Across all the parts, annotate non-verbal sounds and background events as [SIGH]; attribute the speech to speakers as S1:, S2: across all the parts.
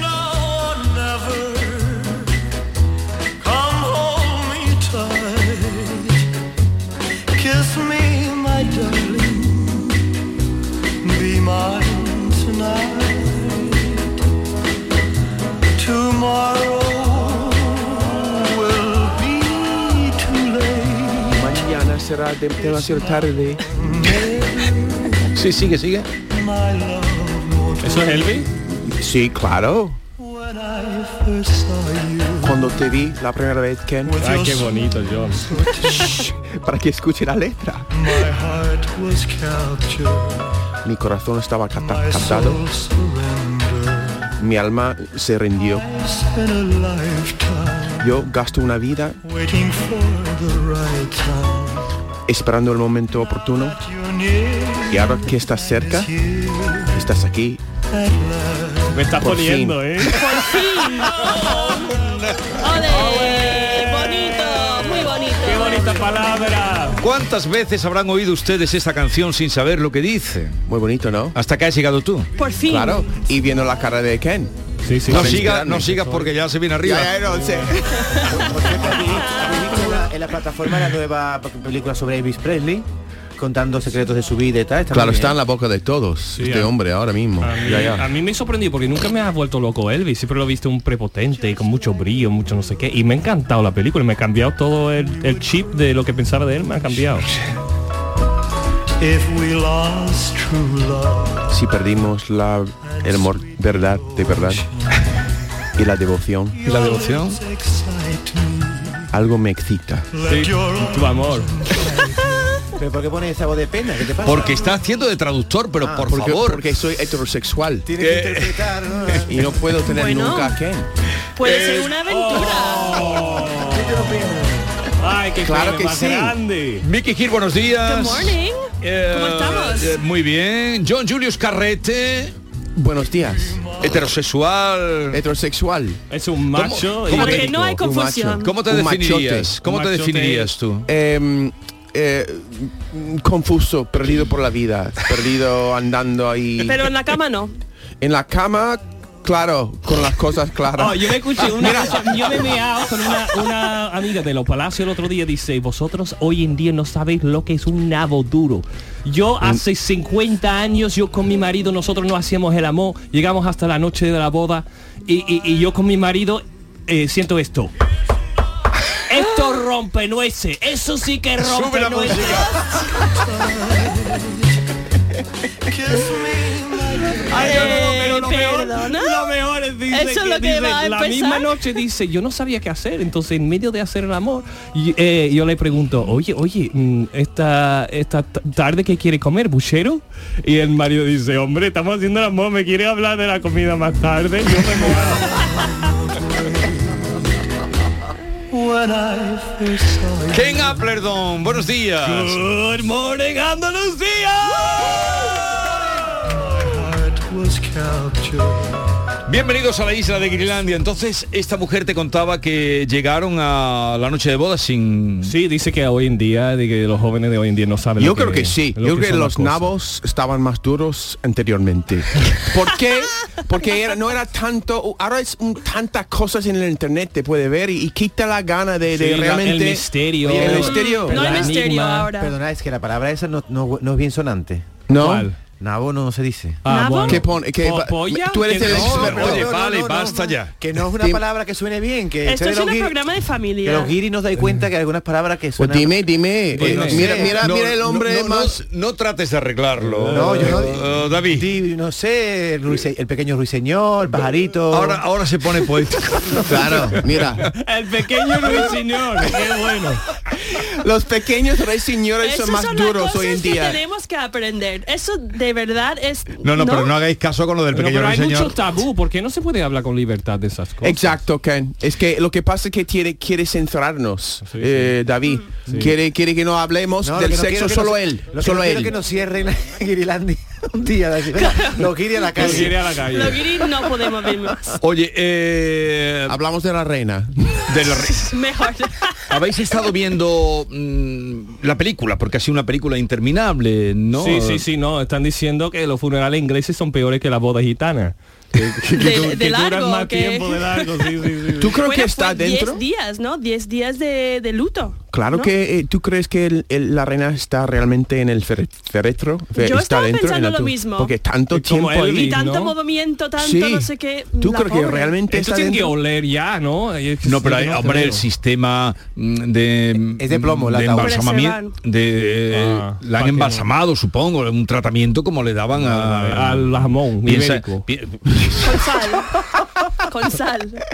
S1: now or never. Come hold me tight. Kiss me, my darling. Be mine tonight. Tomorrow will be too late.
S2: Mañana será de- demasiado tarde. Sí, sigue, sigue.
S3: ¿Eso es Elvis?
S2: Sí, claro.
S1: When I first saw you.
S2: Cuando te vi la primera vez, Ken.
S3: Ay, qué bonito, John.
S2: [LAUGHS] Para que escuche la letra.
S1: My heart was captured.
S2: Mi corazón estaba cata-
S1: My
S2: captado.
S1: soul surrendered.
S2: Mi alma se rindió.
S1: I spent a lifetime
S2: Yo gasto una vida
S1: waiting for the right time.
S2: esperando el momento oportuno.
S1: You're near
S2: Y ahora que estás cerca, estás aquí.
S1: at last.
S3: Me estás
S2: Por
S3: poniendo, ¿eh?
S4: ¡Ole! Bonito, muy bonito.
S3: Ah, ¡Qué bonita palabra!
S5: ¿Cuántas veces habrán oído ustedes esta canción sin saber lo que dice?
S2: Muy bonito, ¿no?
S5: Hasta que has llegado tú.
S4: Por fin.
S2: Claro. Y viendo [LAUGHS] la cara de Ken.
S3: Sí, sí,
S5: No
S3: sí.
S5: sigas, no sigas porque ya se viene arriba.
S2: Ya, ya, no sé.
S6: película- en la plataforma la nueva película sobre Elvis Presley contando secretos de su vida y tal está
S2: Claro,
S6: muy
S2: está
S6: bien.
S2: en la boca de todos. este
S3: a-
S2: hombre ahora mismo.
S3: A mí,
S2: Ya, ya.
S3: a mí me sorprendió porque nunca me has vuelto loco Elvis, siempre lo he visto un prepotente, con mucho brillo, mucho no sé qué, y me ha encantado la película, me ha cambiado todo el, el chip de lo que pensaba de él, me ha cambiado.
S1: [LAUGHS] If we lost true love,
S2: Si perdimos la el amor verdad de verdad y la devoción,
S5: La devoción.
S1: excite me.
S2: algo me excita.
S1: Let your
S3: Tu amor.
S6: pero por qué pones esa voz de pena qué te pasa
S5: Porque está haciendo de traductor, pero por
S2: Ah. porque,
S5: favor.
S2: porque soy heterosexual
S6: tienes que interpretar ¿no?
S2: Eh. [LAUGHS] y no puedo tener
S4: Bueno.
S2: nunca a Ken.
S4: Puede ser una aventura.
S3: Oh. Ay, qué
S2: Claro
S3: pene
S2: que
S3: más
S2: sí.
S3: grande.
S5: Vicky Gil, buenos días.
S4: Good morning.
S5: Eh,
S4: ¿Cómo estamos?
S5: eh, muy bien. John Julius Carrete,
S2: Buenos días.
S5: heterosexual.
S2: Heterosexual.
S3: Es un macho.
S5: cómo
S3: y-
S4: Porque no hay
S2: Un macho.
S4: confusión.
S5: ¿Cómo te
S2: Un
S5: definirías?
S2: machote.
S5: ¿Cómo
S3: Un
S5: te
S3: machote.
S5: definirías tú?
S2: Em, eh, mm, confuso, perdido por la vida, perdido
S3: [LAUGHS]
S2: andando ahí
S4: Pero en la cama no.
S2: en la cama, claro, con las cosas claras.
S3: Oh, yo me escuché una cosa, yo me he meado con una, una amiga de los palacios el otro día dice, vosotros hoy en día no sabéis lo que es un nabo duro. Yo hace 50 años, yo con mi marido, nosotros no hacíamos el amor, llegamos hasta la noche de la boda y, y- y yo con mi marido eh, siento esto. Esto rompe nueces, eso sí que rompe nueces.
S1: kiss me, my
S3: Ay, no, no, no, pero
S4: Eh,
S3: lo peor-
S4: perdona.
S3: lo peor es, dice,
S4: Eso es lo que
S3: dice,
S4: va a
S3: La
S4: empezar.
S3: misma noche dice, yo no sabía qué hacer, entonces en medio de hacer el amor, y, eh, yo le pregunto, oye, oye, mm, esta, esta t- tarde que quiere comer, buchero. Y el marido dice, hombre, estamos haciendo el amor, me quiere hablar de la comida más tarde. Yo me muero.
S1: When I first saw you,
S5: Ken Applerdon, buenos días.
S3: Good morning, Andalucía.
S1: heart was captured.
S5: Bienvenidos a la isla de Grilandia. Entonces, esta mujer te contaba que llegaron a la noche de boda sin...
S3: Sí, dice que hoy en día, de que los jóvenes de hoy en día no saben.
S2: Yo
S3: lo
S2: creo que sí.
S3: lo
S2: Yo creo que
S3: son las
S2: los
S3: cosas.
S2: nabos estaban más duros
S3: [LAUGHS]
S2: anteriormente. ¿Por qué? Porque era- no era tanto. Ahora es un, tantas cosas en el internet te puede ver y, y quita la gana de, de
S3: Sí, la-
S2: realmente.
S3: el misterio.
S2: El
S4: No
S2: misterio.
S3: Pero
S4: hay
S3: la
S4: misterio
S3: enigma-
S4: ahora.
S6: perdona es que la palabra esa no, no- no es bien sonante
S2: No.
S3: ¿Cuál?
S6: nabo no se dice
S3: Ah,
S4: ¿Nabo?
S3: bueno.
S2: ¿Qué pone? ¿Qué
S3: ¿Po-
S2: va-
S3: polla?
S2: Tú eres
S3: ¿Qué
S2: el
S3: no?
S2: experto.
S5: pero- oye, vale, basta ya.
S6: que no es una
S2: Dim-
S6: palabra que suene bien
S4: Esto
S6: que ustedes
S4: es
S6: los
S4: un
S6: guiri-
S4: programa de
S6: que
S4: familia.
S6: los guiris nos dais
S5: Eh.
S6: cuenta que algunas palabras que
S2: Pues
S6: suenan
S2: dime, dime.
S5: Pues no
S2: eh,
S5: sé.
S2: mira, mira,
S5: No,
S2: mira el
S5: no,
S2: hombre
S5: no, no,
S2: más.
S5: No, trates de arreglarlo.
S6: No, yo
S5: [LAUGHS]
S6: no-
S5: Eh, David.
S6: Di- no sé el, ruise- el pequeño ruiseñor el pajarito
S5: Ahora, ahora se pone
S6: [LAUGHS]
S5: poético.
S2: Claro, mira.
S3: El pequeño ruiseñor, qué bueno.
S2: Los pequeños rey señores
S4: Esas
S2: son más
S4: son las
S2: duros
S4: cosas
S2: hoy en
S4: que
S2: día.
S4: tenemos que aprender. Eso de verdad es.
S5: No, no, pero no hagáis caso con lo del
S3: Pero,
S5: pequeño
S3: pero hay
S5: ruiseñor.
S3: mucho tabú, porque no se puede hablar con libertad de esas cosas.
S2: Exacto, Ken. Es que lo que pasa es que quiere, quiere censurarnos,
S3: sí.
S2: eh, David. Quiere, quiere que no hablemos
S6: No, lo
S2: del
S6: que no
S2: sexo
S6: quiero que
S2: solo
S6: nos-
S2: él.
S6: lo que
S2: Solo
S6: no quiero [LAUGHS]
S2: él.
S6: que nos cierren Guirilandia un día de así, venga, lo quiere a la
S5: Lo quiere
S6: calle.
S5: a la calle.
S4: Lo guiris no podemos
S2: [LAUGHS]
S4: ver más.
S5: Oye, eh,
S2: Hablamos de la reina.
S5: de la re-
S4: Mejor.
S5: habéis estado viendo mm, la película, porque ha sido una película interminable, ¿no?
S3: Sí, sí, sí, no, están diciendo que los funerales ingleses son peores que la boda gitana.
S4: De, de
S3: que
S4: largo.
S3: duran más
S4: que...
S3: tiempo de largo, sí, sí, sí, sí.
S2: ¿Tú crees que
S4: Bueno, pues,
S2: está
S4: fue 10
S2: dentro?
S4: días, ¿no? 10 días de, de luto.
S2: Claro
S4: ¿no?
S2: que eh, tú crees que el- el- la reina está realmente en el fere- féretro. fe-
S4: Yo
S2: está
S4: estaba
S2: dentro, en
S4: pensando
S2: la
S4: lo
S2: tu-
S4: mismo.
S2: Porque tanto
S3: Es como
S2: tiempo ahí.
S3: Elvis,
S4: Y tanto
S3: ¿no?
S4: movimiento, tanto
S2: Sí.
S4: no sé qué.
S2: ¿Tú
S4: la
S2: crees que
S4: pobre.
S2: realmente
S3: Esto
S2: está
S3: tiene que
S2: dentro?
S3: oler ya, ¿no? Es-
S5: No, pero hay-
S3: no
S5: hombre,
S3: creo.
S5: el sistema mm, de mm,
S6: Es de plomo, el
S5: de
S6: ataúd.
S5: embalsamamiento,
S4: Preservan.
S5: de eh,
S3: Ah,
S5: la
S3: pa'
S5: han
S3: que
S5: embalsamado, supongo, un tratamiento como le daban a,
S3: Ah, al jamón
S5: piensa-
S3: ibérico.
S5: pi-
S4: Con sal. Con sal.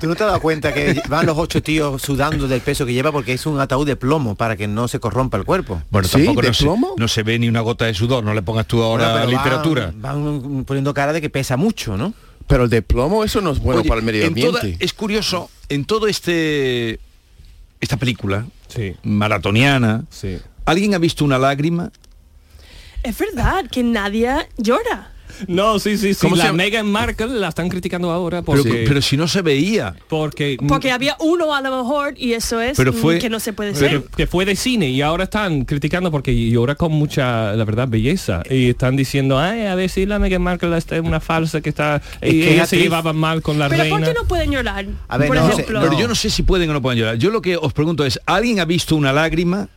S6: ¿Tú no te has dado cuenta que van los ocho tíos sudando del peso que lleva porque es un ataúd de plomo para que no se corrompa el cuerpo?
S5: Bueno,
S2: ¿Sí?
S5: tampoco
S2: ¿De
S5: no se,
S2: plomo?
S5: no se ve ni una gota de sudor, no le pongas tú ahora
S6: Bueno, pero van-
S5: literatura.
S6: Van, poniendo cara de que pesa mucho, ¿no?
S2: Pero el de plomo, eso no es bueno
S5: Oye,
S2: para el medio
S5: en toda-
S2: ambiente.
S5: es curioso, en todo este esta película
S3: Sí,
S5: maratoniana,
S3: sí.
S5: ¿alguien ha visto una lágrima?
S4: Es verdad que nadie llora.
S3: No, sí, sí, sí.
S2: ¿Cómo se
S3: La
S2: llama?
S3: Meghan Markle la están criticando ahora
S5: Pero,
S3: porque...
S5: pero si no se veía.
S3: porque,
S4: Porque había uno a lo mejor y eso es
S5: Pero
S4: mm,
S5: fue-
S4: que no se puede
S3: pero
S4: ser.
S3: que fue de cine y ahora están criticando porque llora con mucha, la verdad, belleza. Y están diciendo, ay, a ver si la Meghan Markle está en una falsa que está...
S6: Es
S3: y
S6: que
S3: ella
S6: es
S3: se
S6: actriz.
S3: llevaba mal con la
S4: Pero
S3: reina.
S4: ¿por qué no pueden llorar?
S6: A ver,
S4: Por
S6: no,
S4: ejemplo.
S5: Pero yo no sé si pueden o no pueden llorar. Yo lo que os pregunto es, ¿alguien ha visto una lágrima?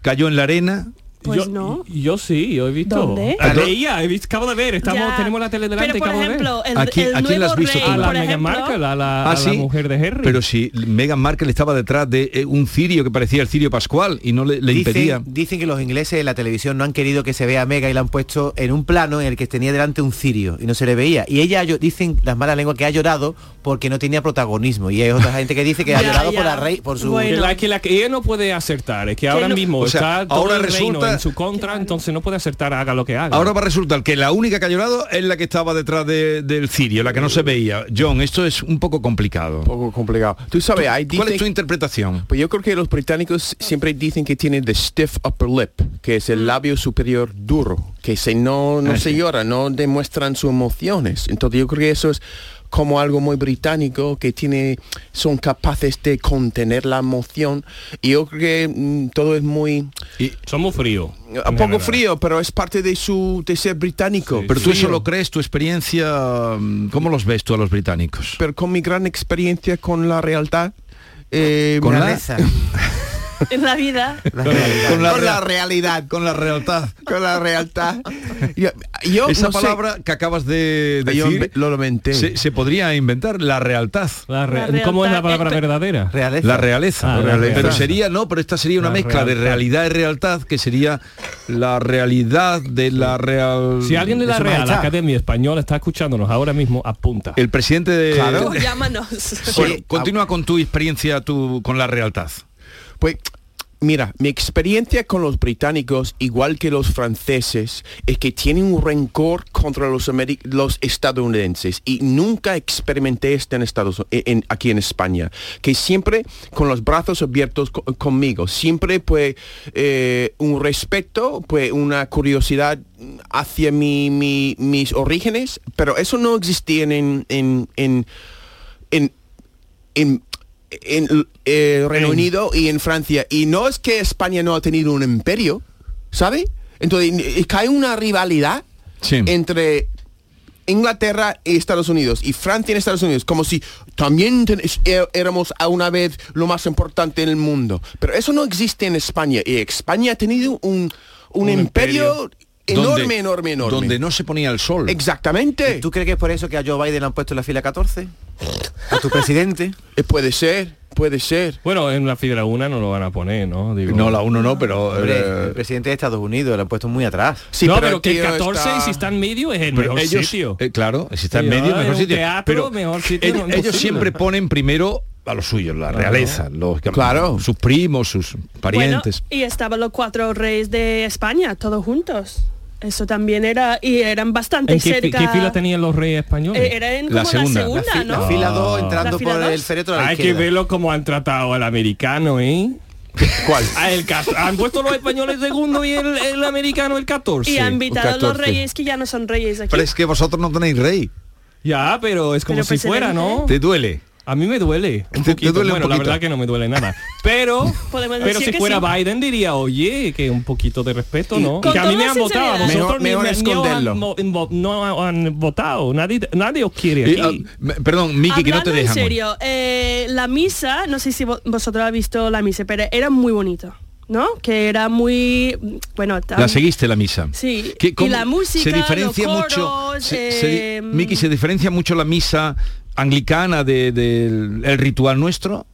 S5: ¿Cayó en la arena?
S4: Pues
S3: yo,
S4: no.
S3: Yo sí, yo he visto.
S4: ¿Dónde?
S3: Ah, de ella, he visto, acabo de ver,
S4: Ya.
S3: estamos, tenemos la tele delante y
S4: Pero por
S3: acabo
S4: ejemplo,
S3: de
S4: el,
S5: ¿A quién-
S4: el
S5: a quién la has
S4: nuevo
S5: visto
S4: rey,
S5: tú?
S3: ver. A la
S4: por
S3: Meghan
S4: ejemplo,
S3: Markle, a la, a
S5: Ah,
S3: la
S5: sí.
S3: mujer de Henry.
S5: Pero si Meghan Markle estaba detrás de eh, un cirio que parecía el cirio pascual y no le, le impedía.
S6: Dicen, dicen que los ingleses en la televisión no han querido que se vea a Mega y la han puesto en un plano en el que tenía delante un cirio y no se le veía. Y ella, llo- dicen las malas lenguas, que ha llorado porque no tenía protagonismo. Y hay otra gente que dice que ha
S4: Ya,
S6: llorado
S4: ya.
S6: por la rey, por su...
S3: Que
S4: Bueno.
S3: la, que la que ella no puede acertar, es que ahora
S4: no-
S3: mismo
S5: O sea,
S3: está todo
S5: ahora
S3: el reino
S5: resulta-
S3: en su contra, entonces no puede acertar, haga lo que haga.
S5: Ahora va a resultar que la única que ha llorado es la que estaba detrás de- del cirio, la que no se veía. John, esto es un poco complicado.
S2: Un poco complicado. Tú sabes, hay
S5: ¿Cuál es
S2: dicen-
S5: tu interpretación?
S2: Pues yo creo que los británicos siempre dicen que tienen the stiff upper lip, que es el labio superior duro, que se no, no
S5: Mm. Ah,
S2: se
S5: sí.
S2: llora, no demuestran sus emociones. Entonces yo creo que eso es como algo muy británico que tiene son capaces de contener la emoción y yo creo que mm, todo es muy
S3: Somos frío.
S2: un poco frío pero es parte de su de ser británico
S5: Pero tú
S2: Frío.
S5: eso lo crees, tu experiencia, mm, ¿cómo los ves tú a los británicos?
S2: pero con mi gran experiencia con la realidad eh,
S5: Con
S6: La
S5: la-
S6: reza.
S4: en la vida.
S6: La realidad.
S5: Con la
S2: con la
S5: rea-
S2: realidad
S5: Con la realidad.
S2: con la realidad yo, yo
S5: Esa
S2: no sé-
S5: palabra que acabas de
S2: Yo
S5: decir
S2: lo lamenté.
S5: se, se podría inventar, la realidad.
S3: La re-
S4: La realidad
S3: ¿Cómo es la palabra
S4: es-
S3: verdadera?
S6: Realeza.
S5: La realeza.
S3: Ah, la realeza.
S5: Pero sería, no, pero esta sería una
S3: La
S5: mezcla de
S3: realidad.
S5: realidad y realidad, que sería la realidad de la real...
S3: Si alguien de la
S6: Eso me
S3: Real
S6: echa.
S3: Academia Española está escuchándonos ahora mismo, apunta.
S5: El presidente de...
S6: Claro.
S4: Tú oh, llámanos.
S5: [LAUGHS] Bueno,
S6: Sí.
S5: continúa con tu experiencia tú, con la realidad.
S2: Pues mira, mi experiencia con los británicos, igual que los franceses, es que tienen un rencor contra los, ameri- los estadounidenses y nunca experimenté esto en Estados, en- aquí en España, que siempre con los brazos abiertos co- conmigo, siempre pues eh, un respeto, pues una curiosidad hacia mi- mi- mis orígenes, pero eso no existía en- en, en, en, en, en l- eh, Reino
S3: En-
S2: Unido y en Francia. Y no es que España no ha tenido un imperio, ¿sabe? Entonces, y- y cae una rivalidad
S5: Sí.
S2: entre Inglaterra y Estados Unidos y Francia y Estados Unidos, como si también ten- es- é- éramos a una vez lo más importante en el mundo. Pero eso no existe en España. Y España ha tenido un, un,
S3: Un
S2: imperio, enorme,
S5: Donde-
S2: enorme, enorme.
S5: Donde no se ponía el sol.
S2: Exactamente.
S6: ¿Tú crees que es por eso que a Joe Biden le han puesto en la fila 14? A tu
S2: [LAUGHS]
S6: presidente.
S2: Eh, puede ser, puede ser.
S3: Bueno, en la fibra 1 no lo van a poner, ¿no? Digo-
S5: No, la uno no, pero...
S6: Hombre,
S5: eh,
S6: el presidente de Estados Unidos le han puesto muy atrás.
S2: Sí,
S3: no,
S2: el
S3: pero, que el
S2: tío
S3: 14,
S2: está-
S3: si está en medio, es el
S5: Pero
S3: mejor
S5: ellos,
S3: sitio.
S5: eh, claro, si está en
S3: Sí,
S5: medio,
S3: ah,
S5: mejor
S3: un
S5: sitio.
S3: teatro,
S5: pero
S3: mejor sitio,
S5: el-
S3: no,
S5: ellos
S3: imposible.
S5: siempre ponen primero a los suyos, la realeza, los que-
S2: Claro.
S5: sus primos, sus parientes.
S4: Bueno, y estaban los cuatro reyes de España, todos juntos. Eso también era, y eran bastante
S3: ¿En qué, fi-
S4: cerca.
S3: qué fila tenían los reyes españoles?
S4: Eh, era en como
S5: La
S4: la
S5: segunda.
S4: segunda,
S6: La, fi-
S4: ¿no?
S6: la fila 2 entrando
S4: La fila
S6: por
S4: dos.
S6: el féretro a la
S3: Hay que
S6: izquierda.
S3: verlo como han tratado al americano, ¿eh?
S2: ¿Cuál?
S3: Ah, el cas- han puesto los españoles segundo y el, el americano el 14.
S4: Y han invitado a los
S2: 14.
S4: reyes que ya no son reyes aquí.
S5: Pero es que vosotros no tenéis rey.
S3: Ya, pero es como
S4: Pero
S3: si
S4: pues se
S3: fuera,
S4: le-
S3: ¿no?
S5: ¿Te duele?
S3: A mí me duele un
S5: Te- te
S3: poquito.
S5: duele un
S3: bueno, la
S5: poquito.
S3: verdad que no me duele nada. Pero,
S4: Podemos
S3: pero
S4: decir
S3: si
S4: que
S3: fuera
S4: sí.
S3: Biden diría, oye, que un poquito de respeto, ¿no?
S4: Con
S3: Que a mí
S4: toda
S3: me han votado, a
S4: sinceridad.
S3: vosotros ni
S2: Mejor-
S3: me-
S2: mejor
S3: ni os han
S2: esconderlo.
S3: mo- invo- no han votado, nadie, nadie os quiere aquí.
S5: Eh, ah, me- perdón, Miki, que no te
S4: Hablando
S5: dejan.
S4: en serio, eh, la misa, no sé si vo- vosotros habéis visto la misa, pero era muy bonito, ¿no? Que era muy, bueno, tan-
S5: La seguiste la misa.
S4: Sí,
S5: ¿Qué-
S4: y
S5: cómo-
S4: la música,
S5: se diferencia
S4: los
S5: mucho.
S4: coros,
S5: Se, se di-
S4: eh,
S5: Miki, se diferencia mucho la misa anglicana del de, del- el ritual nuestro.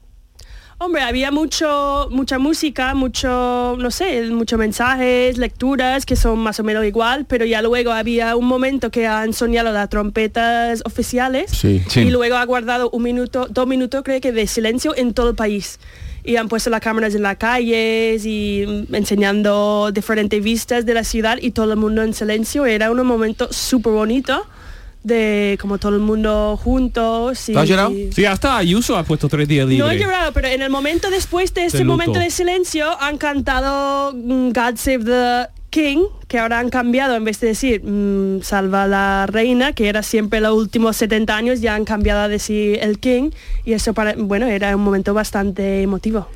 S4: Hombre, había mucho, mucha música, mucho, no sé, muchos mensajes, lecturas que son más o menos igual, pero ya luego había un momento que han soñado las trompetas oficiales
S2: Sí.
S5: Sí.
S4: y luego ha guardado un minuto, dos minutos creo que de silencio en todo el país. Y han puesto las cámaras en las calles y mm, enseñando diferentes vistas de la ciudad y todo el mundo en silencio. Era un momento súper bonito de como todo el mundo juntos. Y,
S6: ¿Tú has llorado?
S3: Sí, hasta Ayuso ha puesto tres días
S4: no he
S3: libres.
S4: llorado, pero en el momento después de ese
S3: luto.
S4: momento de silencio han cantado mm, God Save the King, que ahora han cambiado, en vez de decir mm, Salva la Reina, que era siempre los últimos 70 años, ya han cambiado a decir el King, y eso para, bueno, era un momento bastante emotivo.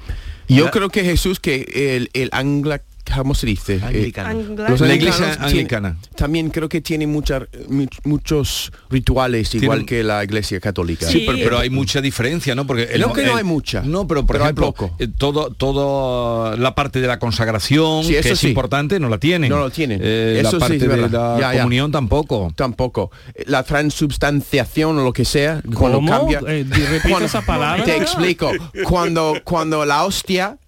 S2: Yo creo que Jesús, que el, el angla, ¿cómo se dice? Eh,
S6: Anglicano.
S4: Angla-
S2: Los
S5: La
S2: anglicanos
S5: iglesia
S2: tiene-
S5: anglicana.
S2: también creo que tiene mucha- mu- muchos rituales igual que la iglesia católica.
S4: Sí.
S5: Pero, pero hay mucha diferencia, ¿no? Porque
S2: No que no hay mucha,
S5: No, pero por
S2: pero hay
S5: ejemplo,
S2: poco.
S5: eh, todo, todo la parte de la consagración,
S2: Sí,
S5: que
S2: eso
S5: es
S2: sí.
S5: importante, no la tienen.
S2: No lo tienen.
S5: Eh,
S2: Eso sí
S5: la parte
S2: es
S5: de
S2: verdad.
S5: la
S2: Ya, ya.
S5: comunión tampoco.
S2: Tampoco. La transubstanciación o lo que sea, cuando
S3: ¿Cómo?
S2: cambia.
S3: Eh, di- repite esa palabra.
S2: Te explico. Cuando, cuando la hostia,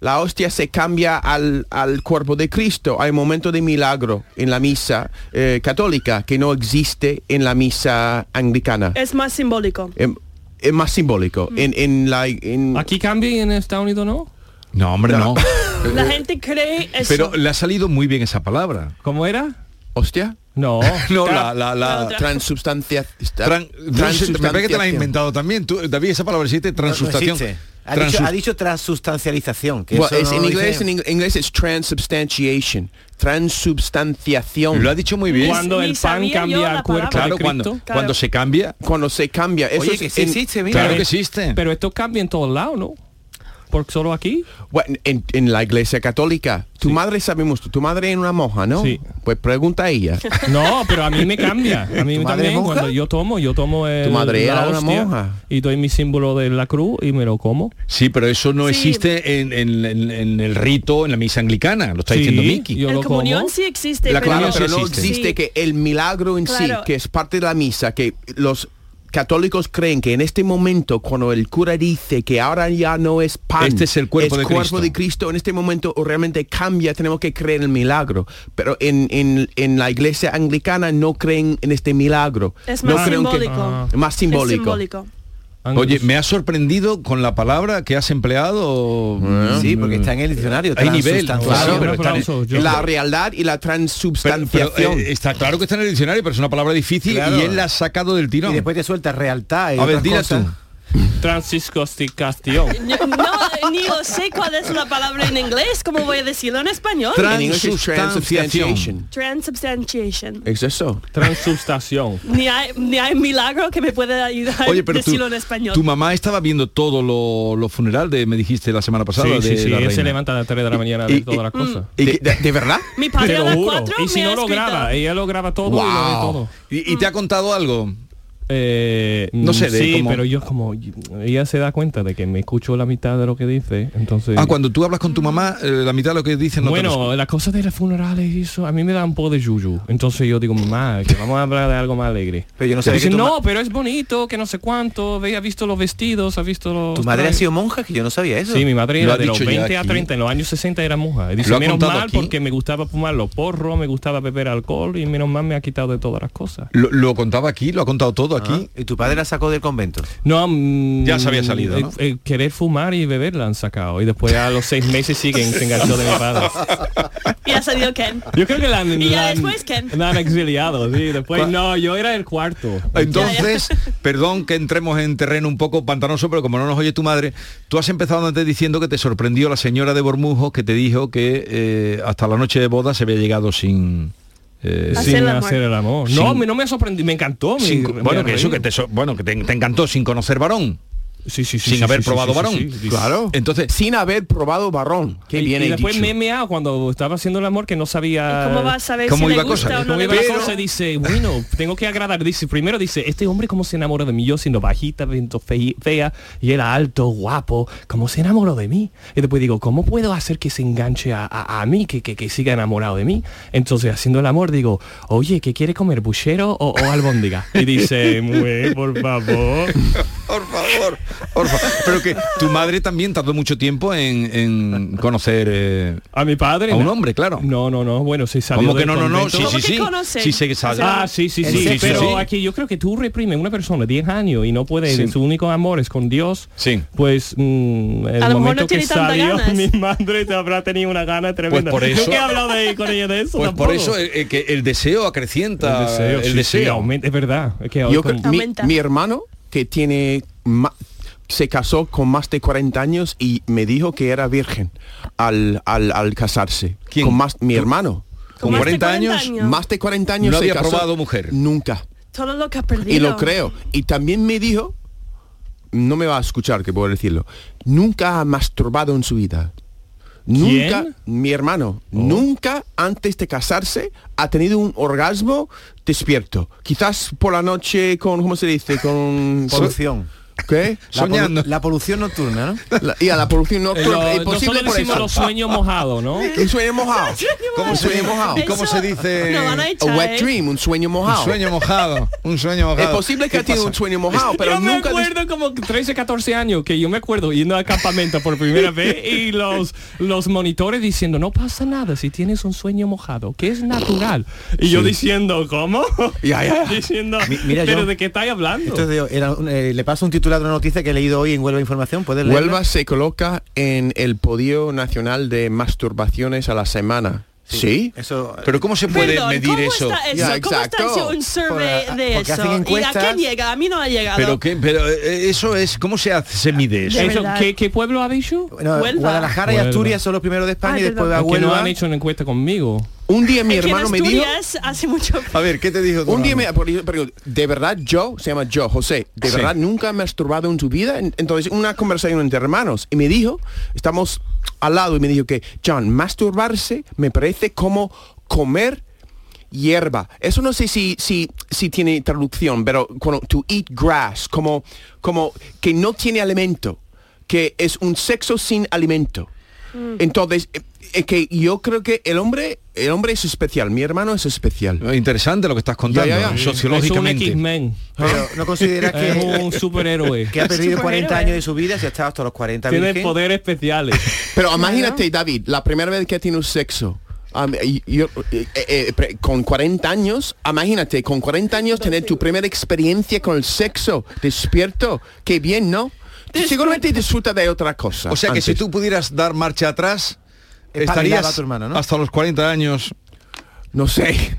S2: la hostia se cambia al, al cuerpo de Cristo. Hay un momento de milagro en la misa eh, católica que no existe en la misa anglicana.
S4: Es más simbólico.
S2: Em- es más simbólico. En, en la, en-
S3: Mm. Aquí cambia y en Estados Unidos no.
S5: No, hombre, no.
S2: [LAUGHS]
S4: La
S2: Eh,
S4: gente cree eso.
S5: pero le ha salido muy bien esa palabra.
S3: ¿Cómo era?
S2: ¿Hostia?
S3: No.
S5: [LAUGHS] No, la, la, la-
S2: Transubstancia.
S5: tran- no sé, me parece que te la has
S2: transubstanciación.
S5: inventado también. Tú, David, esa palabra existe, transustación.
S6: No, no existe. Ha, dicho,
S5: Transus-
S6: ha dicho transustancialización. Que
S2: Well,
S6: eso
S2: es-
S6: no
S2: en
S6: lo
S2: inglés,
S6: dice-
S2: en ing- inglés es transubstantiation. Transubstanciación.
S5: Lo ha dicho muy bien.
S3: Cuando
S4: Ni
S3: el pan
S4: sabía yo
S3: cambia
S4: la
S3: al
S4: palabra.
S3: cuerpo de
S5: Claro,
S3: Cristo.
S5: cuando, cuando se cambia.
S2: Cuando se cambia. Eso
S6: Oye,
S2: es
S6: que sí
S2: en-
S6: existe, mira.
S5: Claro que existe.
S3: Pero esto cambia en todos lados, ¿no? Porque solo aquí.
S2: Bueno, en, en la iglesia católica. Tu madre sabemos, tu madre es una moja, ¿no?
S3: Sí.
S2: Pues pregunta a ella.
S3: [LAUGHS] [LAUGHS] No, pero a mí me cambia. A mí
S6: ¿Tu madre
S3: también
S6: monja?
S3: cuando yo tomo, yo tomo el,
S2: Tu madre
S3: la
S2: era una
S3: hostia
S2: monja.
S3: y doy mi símbolo de la cruz y me lo como.
S5: Sí, pero eso no
S4: Sí.
S5: existe en, en- en- en el rito, en la misa anglicana, lo está
S3: Sí,
S5: diciendo Miki.
S3: yo
S4: el
S3: lo como.
S4: comunión sí existe,
S2: La
S4: pero,
S2: claro, pero no
S5: existe.
S2: existe que el milagro en
S4: Claro.
S2: sí, que es parte de la misa, que los católicos creen que en este momento cuando el cura dice que ahora ya no es pan
S5: Este es el cuerpo de Cristo.
S2: de Cristo en este momento realmente cambia tenemos que creer en el milagro pero en, en- en la iglesia anglicana no creen en este milagro
S4: es
S2: no
S4: más
S2: creen que-
S4: simbólico.
S3: Ah.
S2: más
S4: Es
S2: simbólico,
S4: simbólico.
S5: Oye, me ha sorprendido con la palabra que has empleado.
S6: Sí, porque está en el diccionario.
S5: Hay nivel,
S6: transustanciación.
S5: claro, pero
S3: Un
S5: está en-
S3: aplauso, yo-
S2: la realidad y la
S5: Pero-
S2: transubstanciación
S5: pero, eh, está claro que está en el diccionario, pero es una palabra difícil
S6: Claro.
S5: y él la ha sacado del tirón.
S6: Y después te suelta realidad y
S5: A ver,
S6: otras
S5: dila
S6: cosas.
S5: tú.
S3: Francisco Castión.
S4: Yo- No, ni yo sé cuál es la palabra en inglés, ¿cómo voy a decirlo en español?
S2: En inglés es
S5: Transubstanciación.
S2: transubstantiation.
S4: Transubstantiation.
S2: Es eso.
S5: [LAUGHS]
S3: Transubstación.
S4: Ni hay, ni hay milagro que me pueda ayudar
S5: Oye,
S4: a
S5: pero tú-
S4: decirlo en español.
S5: tu mamá estaba viendo todo lo, lo funeral de, me dijiste la semana pasada,
S3: Sí,
S5: de
S3: sí, sí.
S5: la
S3: Él se
S5: reina.
S3: levanta a las 3 de la mañana
S5: Y-
S3: de
S5: y-
S3: todas las cosas.
S2: ¿Y que- de, de verdad?
S4: [LAUGHS] Mi padre
S3: Te
S4: a
S3: lo
S4: las
S3: juro.
S4: 4
S3: Y si
S4: me ha
S3: no lo
S4: escrito.
S3: graba, ella lo graba todo y lo ve todo.
S5: ¿Y, y te ha contado algo?
S3: Eh,
S5: No
S3: mm,
S5: sé, de
S3: sí,
S5: cómo-
S3: pero yo como ella se da cuenta de que me escucho la mitad de lo que dice, entonces
S5: Ah, cuando tú hablas con tu mamá, eh, la mitad de lo que dicen no te lo
S3: Bueno, las cosas de los funerales y eso, a mí me da un poco de yuyu. Entonces yo digo, mamá, que vamos a hablar de algo más alegre.
S6: Pero yo no
S3: Y
S6: sabía
S3: dice,
S6: que tu ma-
S3: no, pero es bonito, que no sé cuánto, ve, ha visto los vestidos, ha visto los...
S6: Tu madre ha
S3: trajes".
S6: sido monja, que yo no sabía eso.
S3: Sí, mi madre
S5: Lo
S3: era
S5: ha
S3: de los
S5: dicho ya
S3: 20 a
S5: aquí.
S3: 30, en los años 60 era monja. Y dice,
S5: Lo ha
S3: menos
S5: contado
S3: mal
S5: aquí.
S3: porque me gustaba fumar los porros, me gustaba beber alcohol y menos mal me ha quitado de todas las cosas.
S5: Lo, lo contaba aquí, lo ha contado todo aquí.
S6: Ah, ¿Y tu padre la sacó del convento?
S3: No, mm,
S5: Ya se había salido,
S3: eh,
S5: ¿no?
S3: eh, querer fumar y beber la han sacado. Y después a los seis meses siguen se enganchó de mi padre.
S4: Y ha salido Ken.
S3: Yo creo que la han,
S4: Y ya
S3: la han-
S4: después, Ken.
S3: la han exiliado, sí. Después, no, yo era el cuarto.
S5: Entonces, perdón que entremos en terreno un poco pantanoso, pero como no nos oye tu madre, tú has empezado antes diciendo que te sorprendió la señora de Bormujos que te dijo que eh, hasta la noche de boda se había llegado sin... eh,
S4: Hacer
S3: Sin
S4: el amor.
S3: hacer el amor. No,
S5: Sin-
S3: me- no me sorprendí, me encantó. me-
S5: sin-
S3: me
S5: bueno, que eso
S3: reí.
S5: que te, so- bueno, que te, te encantó sin conocer varón.
S3: Sí, sí, sí,
S5: sin
S3: sí,
S5: haber
S3: sí, sí,
S5: probado
S3: sí,
S5: varón.
S3: sí, sí.
S2: Claro.
S5: Entonces-
S2: sin haber probado barrón. Qué
S3: eh, Y-
S2: bien
S3: y,
S2: he
S3: después
S2: dicho.
S3: me he meado cuando estaba haciendo el amor que no sabía
S4: ¿Cómo va a saber
S5: ¿Cómo
S4: si
S5: iba
S4: le gusta
S5: cosa?
S4: o no
S3: Como
S4: le
S3: iba la
S4: gusta?
S3: cosa, dice, bueno, tengo que agradar. Dice, primero dice, este hombre cómo se enamoró de mí, yo siendo bajita, viento fe- fea, y era alto, guapo, ¿cómo se enamoró de mí? Y después digo, ¿cómo puedo hacer que se enganche a, a- a mí, que, que- que siga enamorado de mí? Entonces, haciendo el amor, digo, oye, ¿qué quiere comer, buchero o, o albóndiga? Y dice, "Mue, por favor.
S5: [LAUGHS] Por favor, por favor. Pero que tu madre también tardó mucho tiempo en, en conocer eh,
S3: A mi padre.
S5: a un
S3: na-
S5: hombre, claro.
S3: No, no, no, bueno, se salió
S5: Como que
S3: del
S5: no, no, no,
S3: convento.
S5: sí,
S4: ¿Cómo
S5: sí,
S4: que
S5: sí.
S4: conoce?
S5: Sí, se sale.
S3: Ah, sí, sí,
S6: El
S3: sí.
S6: sexo.
S3: pero
S5: Sí.
S3: aquí yo creo que tú reprimes una persona 10 años y no puede,
S5: Sí.
S3: su único amor es con Dios.
S5: Sí.
S3: Pues mm, el
S4: A lo mejor
S3: momento
S4: no
S3: que
S4: tiene tanta
S3: salió,
S4: ganas.
S3: mi madre te habrá tenido una gana tremenda.
S5: Pues por eso-
S3: Yo que he hablado
S5: [LAUGHS]
S3: de, con ella de eso.
S5: Pues por
S3: tampoco.
S5: eso
S3: el,
S5: eh, eh, que el deseo acrecienta el deseo.
S3: deseo, sí, sí, aumenta, es verdad. es que
S2: Yo
S3: con-
S2: creo- mi,
S4: Aumenta.
S2: mi hermano, que tiene ma- se casó con más de 40 años y me dijo que era virgen al, al, al casarse.
S5: ¿Quién?
S2: Con más, mi hermano.
S5: Con
S4: Más de
S5: 40 años,
S2: Más de 40 años
S5: No
S2: se
S5: había
S2: casó.
S5: probado mujer.
S2: Nunca.
S4: Todo lo que ha perdido.
S2: Y lo creo. Y también me dijo, no me va a escuchar, que puedo decirlo, nunca ha masturbado en su vida. Nunca,
S3: ¿Quién?
S2: mi hermano, nunca antes de casarse ha tenido un orgasmo despierto. Quizás por la noche con, ¿cómo se dice? Con...
S6: Polución.
S2: ¿Qué?
S6: La polu-
S5: Soñando.
S6: La polución nocturna, ¿no?
S2: [LAUGHS] La- y a la polución nocturna.
S3: lo-
S2: Es
S3: nosotros
S2: posible por
S3: decimos
S2: eso.
S3: los sueños mojados, ¿no?
S2: [LAUGHS] Un sueño
S4: [LAUGHS]
S2: mojado.
S5: ¿Cómo
S2: Un
S5: se
S2: sueño
S5: dice?
S2: mojado.
S5: ¿Y cómo
S4: Eso
S5: se dice?
S4: no van a
S2: A
S4: echar,
S2: wet
S4: ¿eh?
S2: dream, un sueño mojado.
S5: Un sueño [LAUGHS] mojado, un sueño
S2: Es
S5: mojado.
S2: posible que
S5: ¿Qué
S2: ha tenido
S5: pasa?
S2: un sueño mojado, pero
S3: yo
S2: nunca...
S3: me acuerdo como 13, 14 años que yo me acuerdo yendo a campamento por primera vez
S2: [LAUGHS]
S3: y los, los monitores diciendo, no pasa nada si tienes un sueño mojado, que es natural. Y yo diciendo, ¿cómo?
S2: Ya, ya.
S3: [LAUGHS] diciendo,
S6: Mi- mira,
S3: pero
S6: yo-
S3: ¿de qué estáis hablando?
S6: Esto es de- era un- eh, le paso un titular de una noticia que he leído hoy en Huelva Información. ¿Puedes leerla?
S2: Huelva se coloca en el podio nacional de masturbaciones a la semana. ¿Sí?
S6: Eso,
S5: Pero ¿cómo se puede
S4: Perdón,
S5: medir
S4: ¿cómo
S5: eso?
S4: Está eso?
S2: Ya,
S4: ¿Cómo está
S2: exacto.
S4: hecho un survey
S6: Por-
S4: de
S6: porque hacen
S4: eso? ¿Y a
S6: encuestas.
S4: quién llega? A mí no ha llegado.
S5: Pero qué, pero eh, eso es ¿cómo se hace? Se mide eso.
S4: de
S3: Eso,
S4: verdad.
S3: ¿qué, qué pueblo ha dicho?
S6: no,
S4: Huelva.
S6: Guadalajara y
S3: Huelva.
S6: Asturias son los primeros de España
S4: Ah,
S6: y
S4: es
S6: después
S4: verdad.
S6: va
S3: Que no
S6: Huelva.
S3: han hecho una encuesta conmigo.
S2: Un día mi
S4: Es que en
S2: hermano me dijo...
S4: Asturias hace mucho
S5: [LAUGHS] A ver, ¿qué te dijo tu
S2: Un día
S5: hermano?
S2: me... por- por- De verdad, yo, se llama yo, José, de
S5: Sí.
S2: verdad nunca me ha masturbado en su vida. En- Entonces, una conversación entre hermanos. Y me dijo, estamos al lado, y me dijo que, John, masturbarse me parece como comer hierba. Eso no sé si, si, si tiene traducción, pero cuando to eat grass, como, como que no tiene alimento, que es un sexo sin alimento.
S3: Mm.
S2: Entonces, eh, eh, que yo creo que el hombre, el hombre es especial, mi hermano es especial.
S5: Interesante lo que estás contando,
S2: Ya, ya, ya.
S3: Es
S5: sociológicamente.
S3: un X-Men.
S6: Pero no consideras
S3: ¿Ah? Es
S6: que,
S3: un superhéroe.
S6: que ha perdido
S4: Superhéroe.
S6: 40 años de su vida si ha estado hasta los 40
S3: Tiene
S6: virgen?
S3: poderes especiales.
S2: [LAUGHS] Pero imagínate, David, la primera vez que tienes sexo. am- y- yo, eh, eh, pre- con 40 años, ah, imagínate, con 40 años tener tu primera experiencia con el sexo despierto, qué bien, ¿no? Tú Seguramente disfruta de otra cosa.
S5: O sea que si
S2: antes.
S5: tú pudieras dar marcha atrás,
S6: Espabilaba
S5: estarías
S6: a tu hermano, ¿no?
S5: hasta los 40 años.
S2: No sé,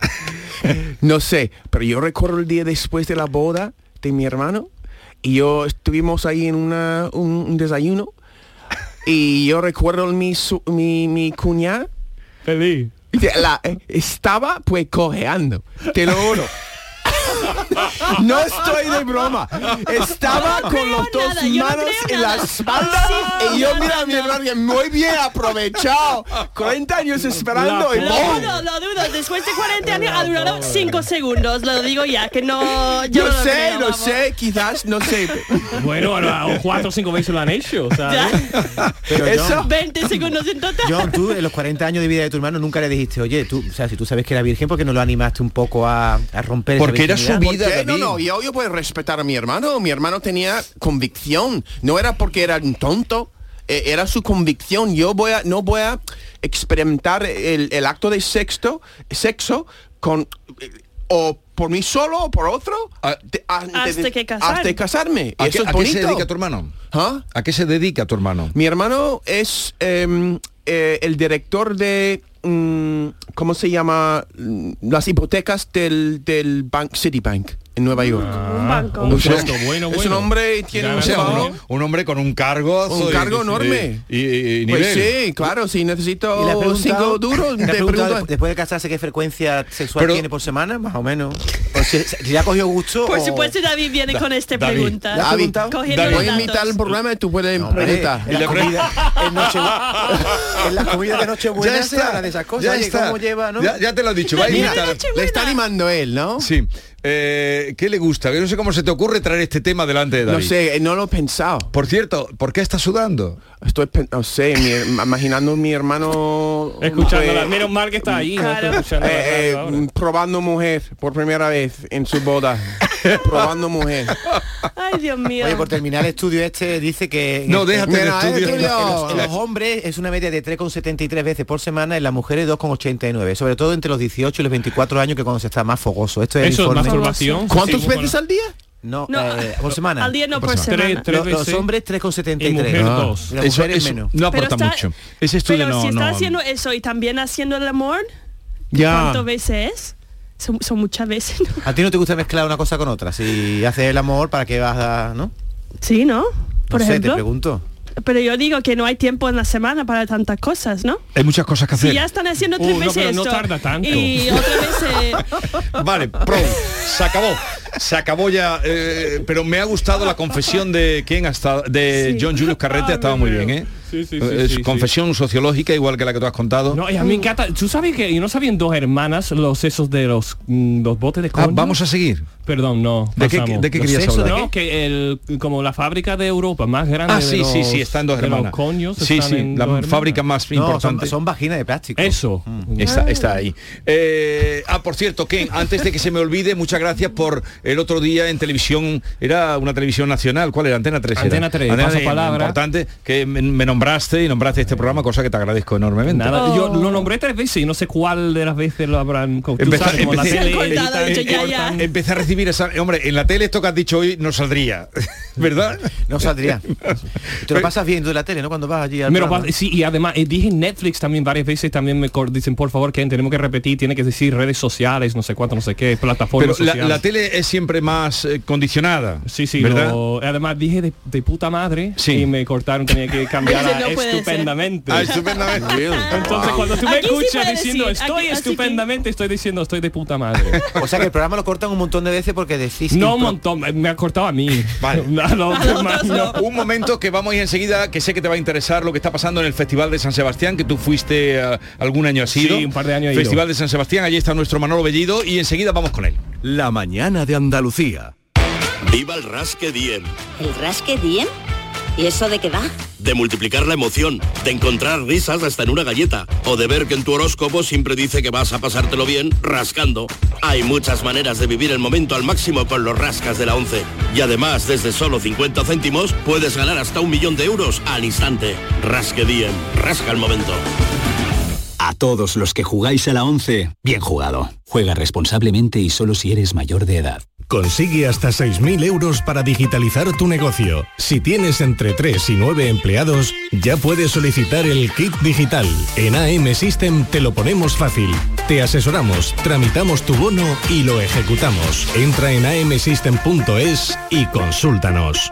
S2: [LAUGHS] no sé, pero yo recuerdo el día después de la boda de mi hermano y yo estuvimos ahí en una, un, un desayuno y yo recuerdo mi, su- mi, mi cuñada
S3: Feliz.
S2: Dice, la- eh, estaba pues cojeando, te lo juro. [LAUGHS] No estoy de broma.
S4: Yo no
S2: Estaba con
S4: creo
S2: los dos
S4: nada, yo no
S2: manos
S4: creo
S2: en la
S4: nada.
S2: espalda
S4: Sí,
S2: y yo
S4: no,
S2: mira
S4: no,
S2: a mi
S4: no.
S2: hermano y muy bien aprovechado. 40 años esperando y
S3: La
S4: Lo
S2: ¡pum!
S4: dudo, lo dudo. Después de 40 años ha durado 5 segundos. Lo digo ya, que no... Yo
S2: No
S4: no lo
S2: sé,
S4: creo,
S2: no
S4: vamos.
S2: sé, quizás, no sé.
S3: [LAUGHS] Bueno, a- a cuatro o cinco veces lo han hecho,
S4: Ya,
S3: ¿sabes?
S6: Pero John,
S2: Eso.
S4: 20 segundos en total.
S6: John, tú en los 40 años de vida de tu hermano nunca le dijiste, oye, tú, o sea, si tú sabes que era virgen, ¿por qué no lo animaste un poco a, a romper esa
S5: Porque era su
S6: virginidad?
S2: ¿Por
S5: vida,
S2: qué? No,
S5: David.
S2: no, yo, yo puedo respetar a mi hermano. Mi hermano tenía convicción. No era porque era un tonto. e- Era su convicción. Yo voy a, no voy a experimentar el, el acto de sexto, sexo con... eh, O por mí solo o por otro
S5: Ah,
S2: de- antes
S4: Hasta
S2: de-
S4: que casar.
S2: hasta de casarme.
S5: ¿A,
S2: Eso es
S5: qué, a qué se
S2: bonito.
S5: dedica tu hermano?
S2: ¿Ah?
S5: ¿A qué se dedica tu hermano?
S2: Mi hermano es em, eh, el director de, mm, ¿cómo se llama? Mm, Las hipotecas del, del Bank Citibank en Nueva York.
S5: Ah,
S4: Un banco.
S3: Un puesto bueno, bueno.
S2: Es un hombre y tiene
S3: Ya
S2: un
S5: O sea,
S2: trabajo.
S5: un, un hombre con un cargo,
S2: Un cargo enorme.
S5: y, y- y nivel.
S2: Pues sí, claro, si
S6: ¿Y [LAUGHS] le has
S2: necesito
S6: preguntado-
S2: cinco duros,
S6: le has
S2: te
S6: preguntado
S2: pregunto-
S6: después de casarse qué frecuencia sexual
S5: Pero-
S6: tiene por semana, más o menos. O si, si le ha cogido gusto.
S4: Por
S5: Oh.
S6: o-
S4: supuesto David viene con esta
S5: David,
S4: pregunta.
S6: ¿le has
S2: David,
S6: preguntado?
S4: Cogiendo
S5: David.
S4: los
S2: Voy a invitar
S4: datos.
S2: el programa y tú puedes
S6: Hombre,
S2: preguntar.
S6: En la
S5: Y le
S6: comida, en
S2: [LAUGHS]
S6: Nochebu- en la comida de Nochebuena
S5: Ya
S6: se
S5: está,
S6: habla de esas cosas.
S5: ya
S6: oye,
S5: está.
S6: ¿Cómo lleva, no?
S5: Ya, ya te lo he dicho. va a
S4: Mira,
S5: imitar-
S4: noche-
S2: Le está animando él, ¿no?
S5: Sí. Eh, ¿Qué le gusta? Yo no sé cómo se te ocurre traer este tema delante de David.
S2: No sé, eh, no lo he pensado.
S5: Por cierto, ¿por qué estás sudando?
S2: Estoy, pen- no sé, mi her- imaginando a mi hermano...
S3: Escuchándola.
S2: eh,
S3: Menos mal que está ahí. ¿no?
S4: Claro.
S3: Escuchándola
S2: eh, eh,
S3: ahora.
S2: probando mujer por primera vez en su boda.
S5: [LAUGHS]
S2: probando mujer.
S4: Ay, Dios mío.
S6: Oye, por terminar el estudio este dice que...
S5: No,
S6: que-
S5: déjate de
S2: Mira,
S5: estudio.
S2: eh,
S6: que
S5: [LAUGHS]
S6: los, en los
S2: Dios.
S6: hombres es una media de 3,73 veces por semana, en las mujeres 2,89, sobre todo entre los 18 y los 24 años que cuando se está más fogoso. Esto es el
S3: Eso es
S6: informe.
S3: masturbación.
S2: ¿Cuántas
S3: Sí,
S2: veces
S3: bueno.
S2: al día?
S6: No,
S4: No,
S6: eh, por semana.
S4: Al día no por
S5: Por
S3: semana.
S4: semana.
S3: Tres-
S6: Lo- los,
S3: veces.
S6: hombres
S3: Y
S6: 3,73.
S3: mujer
S5: Ah.
S3: dos.
S6: Y las
S5: Eso-
S6: mujeres
S5: eso
S6: menos.
S5: no
S4: Pero
S5: aporta
S4: está-
S5: mucho. Ese estudio
S4: pero
S5: no,
S4: si está
S5: no-
S4: haciendo eso y también haciendo el amor,
S2: Ya.
S4: ¿cuántas veces es? Son, son muchas veces, ¿no?
S6: A ti no te gusta mezclar una cosa con otra. Si haces el amor, ¿para qué vas a...? ¿No?
S4: Sí, ¿no? Por
S6: no sé, te
S4: ejemplo.
S6: pregunto.
S4: Pero yo digo que no hay tiempo en la semana para tantas cosas, ¿no?
S5: Hay muchas cosas que hacer.
S4: Si ya están haciendo tres
S3: Uh, no,
S4: veces
S3: pero no
S4: esto,
S3: tarda tanto.
S4: Y otra vez
S5: [LAUGHS]
S4: eh,
S5: Vale, pro, se acabó. Se acabó ya, eh, pero me ha gustado la confesión de quién ha estado, de
S4: Sí.
S5: John Julius Carrete, ha estado
S3: Ah,
S5: muy bien, ¿eh?
S3: Sí, sí, sí,
S5: Eh, es
S3: sí, sí.
S5: confesión sociológica, igual que la que tú has contado. Mm.
S3: No, y a mí me encanta. ¿Tú sabes que yo no sabían dos hermanas los esos de los, mm, los botes de
S5: Ah,
S3: coño?
S5: vamos a seguir.
S3: Perdón, no.
S5: ¿De qué-
S3: pasamos.
S5: de qué
S3: Los
S5: querías
S3: esos,
S5: hablar?
S3: No, que el, como la fábrica de Europa más grande.
S5: Ah,
S3: de
S5: sí,
S3: los-
S5: sí, sí, están dos
S3: de los
S5: hermanas.
S3: coños
S5: Sí,
S3: están
S5: sí,
S3: en
S5: la
S3: dos hermanas.
S5: fábrica más
S6: No,
S5: importante.
S6: son, son vaginas de plástico.
S3: Eso.
S5: Está, está ahí. Eh, ah, por cierto, Ken, antes de que se me olvide, muchas gracias por el otro día en televisión, era una televisión nacional, ¿cuál era? Antena 3. era.
S3: Antena 3,
S5: Antena eh,
S3: pasa palabra.
S5: Importante que me, me nombraste y nombraste este programa, cosa que te agradezco enormemente.
S3: Nada,
S4: Oh.
S3: yo lo nombré tres veces y no sé cuál de las veces lo habrán co- tú
S5: Empezar-
S3: sabes, como la
S5: empecé-
S3: tele
S4: Se han cortado,
S3: editan,
S4: dicho, ya, ya.
S3: cortan.
S5: Empecé a recibir esa... Hombre, en la tele esto que has dicho hoy no saldría, [LAUGHS] ¿verdad?
S6: No saldría. Te lo pasas viendo la tele, ¿no? Cuando vas allí al
S3: Eh, Me lo
S6: programa.
S3: pas- sí, y además eh, dije Netflix también varias veces, también me cor- dicen, por favor, que tenemos que repetir, tiene que decir redes sociales, no sé cuánto, no sé qué,
S5: Pero
S3: plataformas
S5: la,
S3: sociales.
S5: la tele es siempre más eh, condicionada.
S3: Sí, sí,
S5: ¿verdad?
S3: lo- además dije de, de puta madre
S5: Sí.
S3: y me cortaron, tenía
S4: [LAUGHS]
S3: que cambiar a
S4: No puede ser.
S3: estupendamente.
S5: Ah, estupendamente.
S3: [LAUGHS] Entonces cuando tú me
S4: Aquí sí
S3: escuchas
S4: puede
S3: diciendo
S4: decir,
S3: estoy
S4: aquí- así que-
S3: estupendamente, estoy diciendo estoy de puta
S5: [LAUGHS]
S3: madre.
S6: O sea que el programa lo cortan un montón de veces porque decís...
S3: no
S6: impro-
S3: un montón, eh, me ha cortado a mí.
S5: Vale.
S3: [LAUGHS] No, a
S4: [LAUGHS]
S3: los demás no.
S5: Un momento que vamos a ir enseguida, que sé que te va a interesar lo que está pasando en el Festival de San Sebastián, que tú fuiste eh, algún año así.
S3: Sí, un par de años he ido.
S5: Festival de San Sebastián, allí está nuestro Manolo Bellido y enseguida vamos con él.
S7: La mañana de Andalucía.
S8: Viva el Rasque Diem.
S9: ¿El rasque diem? ¿Y eso de qué va?
S8: De multiplicar la emoción, de encontrar risas hasta en una galleta, o de ver que en tu horóscopo siempre dice que vas a pasártelo bien rascando. Hay muchas maneras de vivir el momento al máximo con los rascas de la 11. Y además, desde solo 50 céntimos, puedes ganar hasta un millón de euros al instante. Rasque Diem, rasca el momento.
S7: A todos los que jugáis a la 11, bien jugado. Juega responsablemente y solo si eres mayor de edad.
S10: Consigue hasta 6.000 euros para digitalizar tu negocio. Si tienes entre 3 y 9 empleados, ya puedes solicitar el kit digital. En AM System te lo ponemos fácil. Te asesoramos, tramitamos tu bono y lo ejecutamos. Entra en amsystem.es y consúltanos.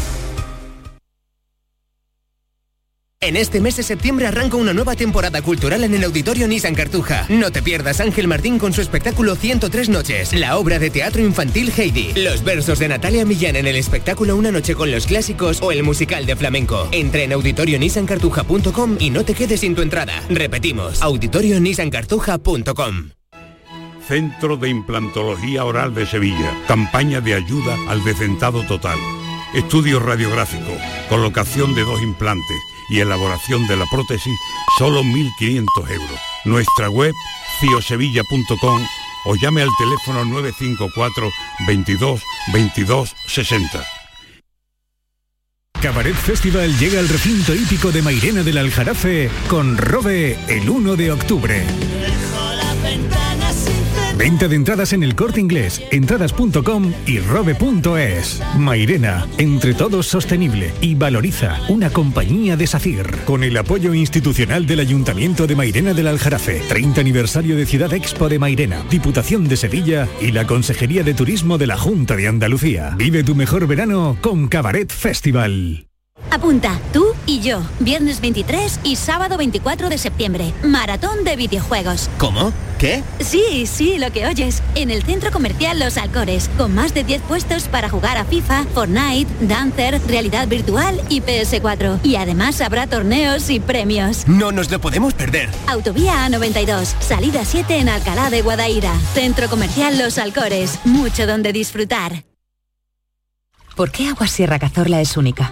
S11: En este mes de septiembre arranca una nueva temporada cultural en el Auditorio Nissan Cartuja. No te pierdas Ángel Martín con su espectáculo 103 Noches, la obra de teatro infantil Heidi, los versos de Natalia Millán en el espectáculo Una Noche con los Clásicos o el musical de flamenco. Entra en auditorionissancartuja.com y no te quedes sin tu entrada. Repetimos, auditorionissancartuja.com.
S12: Centro de Implantología Oral de Sevilla. Campaña de ayuda al decentado total. Estudio radiográfico, colocación de dos implantes y elaboración de la prótesis, solo 1.500 euros. Nuestra web, ciosevilla.com o llame al teléfono 954 22 22 60.
S13: Cabaret Festival llega al recinto hípico de Mairena del Aljarafe con Robe el 1 de octubre. Venta de entradas en el corte inglés, entradas.com y robe.es. Mairena, entre todos sostenible y valoriza una compañía de SACIR. Con el apoyo institucional del Ayuntamiento de Mairena del Aljarafe, 30 aniversario de Ciudad Expo de Mairena, Diputación de Sevilla y la Consejería de Turismo de la Junta de Andalucía. Vive tu mejor verano con Cabaret Festival.
S14: Apunta, tú y yo, viernes 23 y sábado 24 de septiembre, maratón de videojuegos.
S11: ¿Cómo? ¿Qué?
S14: Sí, sí, lo que oyes. En el centro comercial Los Alcores, con más de 10 puestos para jugar a FIFA, Fortnite, Dancer, realidad virtual y PS4. Y además habrá torneos y premios.
S11: No nos lo podemos perder.
S14: Autovía A92, salida 7 en Alcalá de Guadaira. Centro comercial Los Alcores, mucho donde disfrutar.
S15: ¿Por qué Agua Sierra Cazorla es única?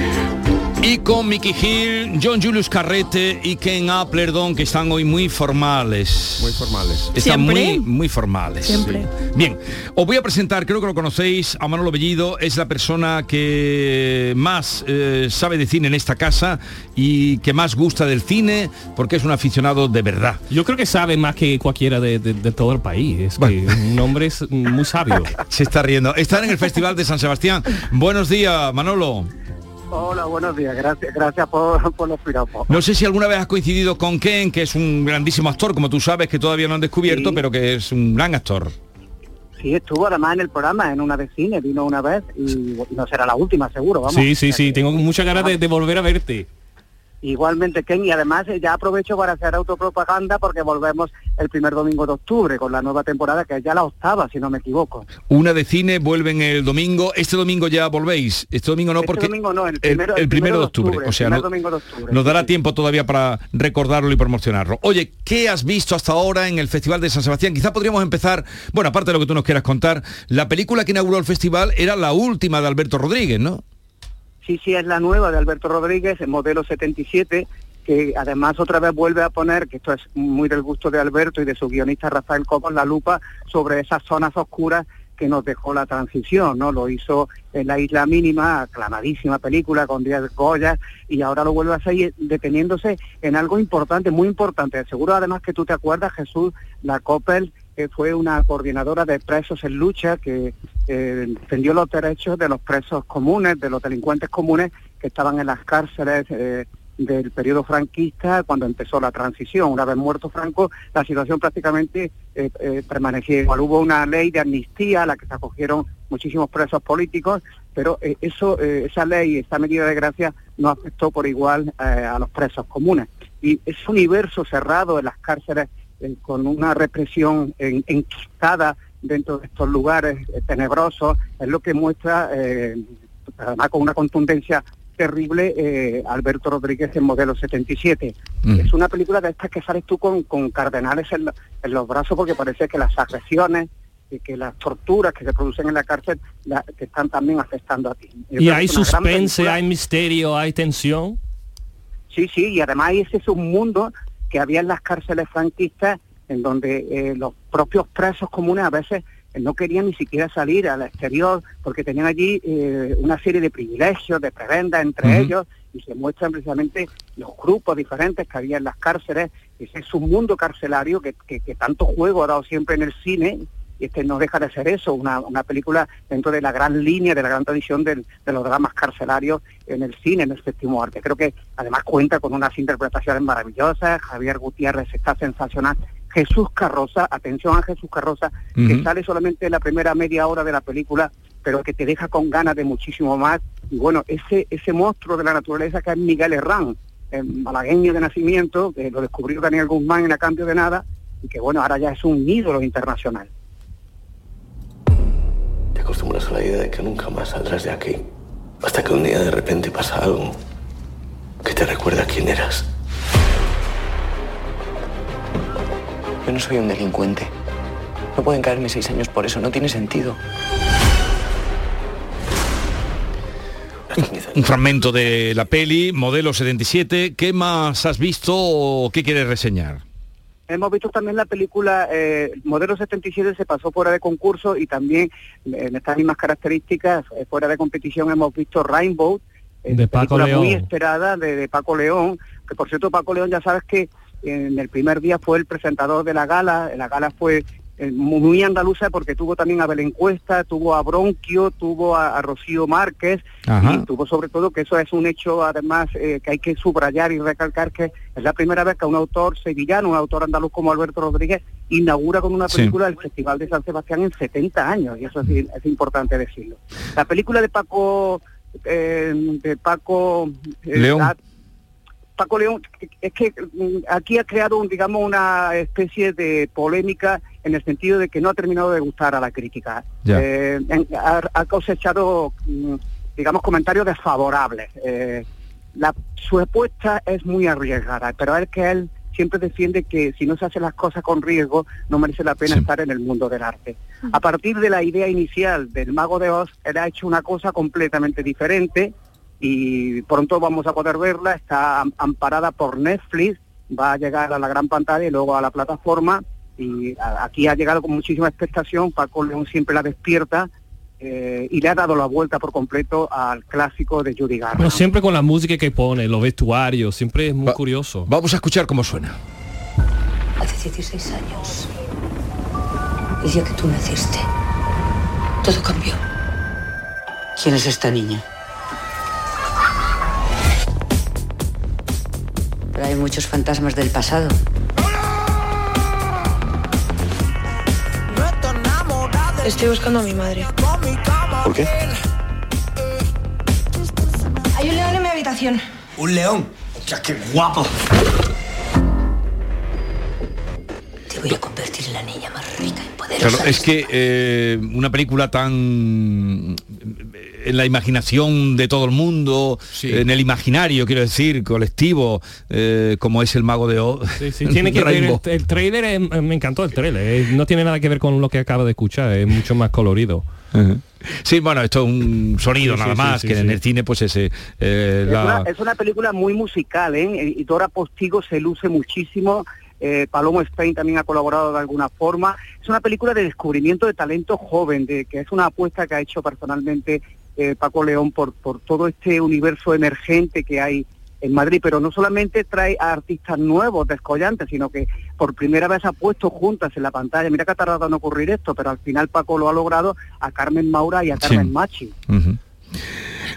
S5: Y con Mickey Hill, John Julius Carrete y Ken Applerdon, que están hoy muy formales. Muy formales. Están
S2: Siempre.
S5: muy, muy formales.
S2: Siempre.
S5: Sí. Bien, os voy a presentar, creo que lo conocéis, a Manolo Bellido, es la persona que más eh, sabe de cine en esta casa y que más gusta del cine porque es un aficionado de verdad.
S3: Yo creo que sabe más que cualquiera de, de- de todo el país. Es que un hombre es muy sabio.
S5: [LAUGHS] Se está riendo. Están en el Festival de San Sebastián. Buenos días, Manolo.
S16: Hola, buenos días. Gracias, gracias por, por los piropos.
S5: No sé si alguna vez has coincidido con Ken, que es un grandísimo actor, como tú sabes, que todavía no han descubierto, pero que es un gran actor.
S16: Sí, estuvo además en el programa, en una de cine, vino una vez y no será la última, seguro, vamos.
S3: Sí, sí, sí, tengo muchas ganas de, de volver a verte.
S16: Igualmente, Ken, y además eh, ya aprovecho para hacer autopropaganda porque volvemos el primer domingo de octubre con la nueva temporada, que es ya la octava, si no me equivoco.
S5: Una de cine, vuelven el domingo. Este domingo ya volvéis. Este domingo no, porque...
S16: domingo no, el
S5: el-
S16: primero-
S5: el
S16: el
S5: primero de octubre.
S16: octubre,
S5: O sea,
S16: primer
S5: no-
S16: domingo de octubre,
S5: nos dará tiempo todavía para recordarlo y promocionarlo. Oye, ¿qué has visto hasta ahora en el Festival de San Sebastián? Quizá podríamos empezar, bueno, aparte de lo que tú nos quieras contar, la película que inauguró el festival era la última de Alberto Rodríguez, ¿no?
S16: Sí, sí, es la nueva de Alberto Rodríguez, el modelo 77, que además otra vez vuelve a poner, que esto es muy del gusto de Alberto y de su guionista Rafael Cobos, la lupa sobre esas zonas oscuras que nos dejó la transición, ¿no? Lo hizo en La Isla Mínima, aclamadísima película con 10 Goyas, y ahora lo vuelve a hacer y deteniéndose en algo importante, muy importante. Seguro además que tú te acuerdas, Jesús, la Coppel, que fue una coordinadora de presos en lucha que eh, defendió los derechos de los presos comunes, de los delincuentes comunes que estaban en las cárceles eh, del periodo franquista cuando empezó la transición. Una vez muerto Franco, la situación prácticamente eh, eh, permanecía igual. Hubo una ley de amnistía a la que se acogieron muchísimos presos políticos, pero eh, eso, eh, esa ley, esa medida de gracia, no afectó por igual eh, a los presos comunes. Y ese universo cerrado en las cárceles eh, con una represión en- enquistada dentro de estos lugares eh, tenebrosos, es lo que muestra, eh, además con una contundencia terrible, eh, Alberto Rodríguez en Modelo 77.
S3: Mm.
S16: Es una película de estas que sales tú con, con cardenales en, lo- en los brazos porque parece que las agresiones y que las torturas que se producen en la cárcel la- te están también afectando a ti. Yo
S3: Y
S16: creo
S3: hay
S16: que es una gran
S3: suspense,
S16: película.
S3: hay misterio, hay tensión.
S16: Sí, sí, y además ese es un mundo que había en las cárceles franquistas en donde eh, los propios presos comunes a veces eh, no querían ni siquiera salir al exterior porque tenían allí eh, una serie de privilegios, de prebendas entre
S17: Ujú.
S16: ellos y se muestran precisamente los grupos diferentes que había en las cárceles, ese submundo carcelario que, que- que tanto juego ha dado siempre en el cine y este no deja de ser eso, una, una película dentro de la gran línea, de la gran tradición del- de los dramas carcelarios en el cine, en el séptimo arte. Creo que además cuenta con unas interpretaciones maravillosas, Javier Gutiérrez está sensacional, Jesús Carroza, atención a Jesús Carroza, que
S17: Ujú.
S16: sale solamente en la primera media hora de la película, pero que te deja con ganas de muchísimo más. Y bueno, ese, ese monstruo de la naturaleza que es Miguel Herrán, eh, malagueño de nacimiento, que lo descubrió Daniel Guzmán en A Cambio de Nada, y que bueno, ahora ya es un ídolo internacional.
S18: Te acostumbras a la idea de que nunca más saldrás de aquí. Hasta que un día de repente pasa algo que te recuerda quién eras.
S19: Yo no soy un delincuente. No pueden caerme seis años por eso, no tiene sentido.
S5: Un fragmento de la peli, modelo 77. ¿Qué más has visto o qué quieres reseñar?
S16: Hemos visto también la película eh, Modelo 77 se pasó fuera de concurso y también eh, en estas mismas características, eh, fuera de competición, hemos visto Rainbow,
S3: De Paco
S16: película muy
S3: León.
S16: esperada de, de Paco León, que por cierto Paco León ya sabes que en el primer día fue el presentador de la gala, la gala fue eh, mu- muy andaluza porque tuvo también a Belén Cuesta, tuvo a Bronquio, tuvo a, a Rocío Márquez y tuvo sobre todo que eso es un hecho además eh, que hay que subrayar y recalcar que es la primera vez que un autor sevillano, un autor andaluz como Alberto Rodríguez inaugura con una
S5: Sí.
S16: película del Festival de San Sebastián en 70 años y eso es, es importante decirlo. La película de Paco eh, de Paco eh,
S5: León.
S16: la- Paco León, es que mm, aquí ha creado, un, digamos, una especie de polémica en el sentido de que no ha terminado de gustar a la crítica.
S17: Ya.
S16: Eh, en- ha, ha cosechado, mm, digamos, comentarios desfavorables. Eh, la, su apuesta es muy arriesgada, pero es que él siempre defiende que si no se hacen las cosas con riesgo, no merece la pena estar en el mundo del arte. A partir de la idea inicial del Mago de Oz, él ha hecho una cosa completamente diferente y pronto vamos a poder verla, está am- amparada por Netflix, va a llegar a la gran pantalla y luego a la plataforma y a- aquí ha llegado con muchísima expectación, Paco León siempre la despierta eh, y le ha dado la vuelta por completo al clásico de Judy Garland.
S3: Pero siempre con la música que pone, los vestuarios, siempre es muy curioso.
S5: Vamos a escuchar cómo suena.
S20: Hace 16 años, el día que tú naciste, todo cambió.
S19: ¿Quién es esta niña?
S20: Pero hay muchos fantasmas del pasado.
S21: Estoy buscando a mi madre.
S18: ¿Por qué?
S21: Hay un león en mi habitación.
S18: Un león. ¡Ya qué guapo!
S20: Te voy a convertir en la niña más rica y poderosa.
S5: Claro, es que eh, una película tan eh, en la imaginación de todo el mundo, en el imaginario, quiero decir, colectivo, eh, como es el mago de Oz.
S3: Sí, sí, tiene que ver, el,
S5: Rainbow.
S3: el trailer, eh, me encantó el trailer, eh, no tiene nada que ver con lo que acaba de escuchar, es mucho más colorido.
S5: [LAUGHS] Sí, bueno, esto es un sonido
S3: Sí,
S5: nada
S3: sí,
S5: más,
S3: sí,
S5: que
S3: sí,
S5: en
S3: sí.
S5: el cine pues ese... eh,
S16: Es,
S5: la-
S16: una, es una película muy musical, ¿eh? Y Dora Postigo se luce muchísimo. eh, Palomo Stein también ha colaborado de alguna forma. Es una película de descubrimiento de talento joven, de que es una apuesta que ha hecho personalmente eh, Paco León por, por todo este universo emergente que hay en Madrid, pero no solamente trae a artistas nuevos, descollantes, sino que por primera vez ha puesto juntas en la pantalla. Mira que ha tardado en ocurrir esto, pero al final Paco lo ha logrado a Carmen Maura y a Carmen Machi.
S5: Ujú.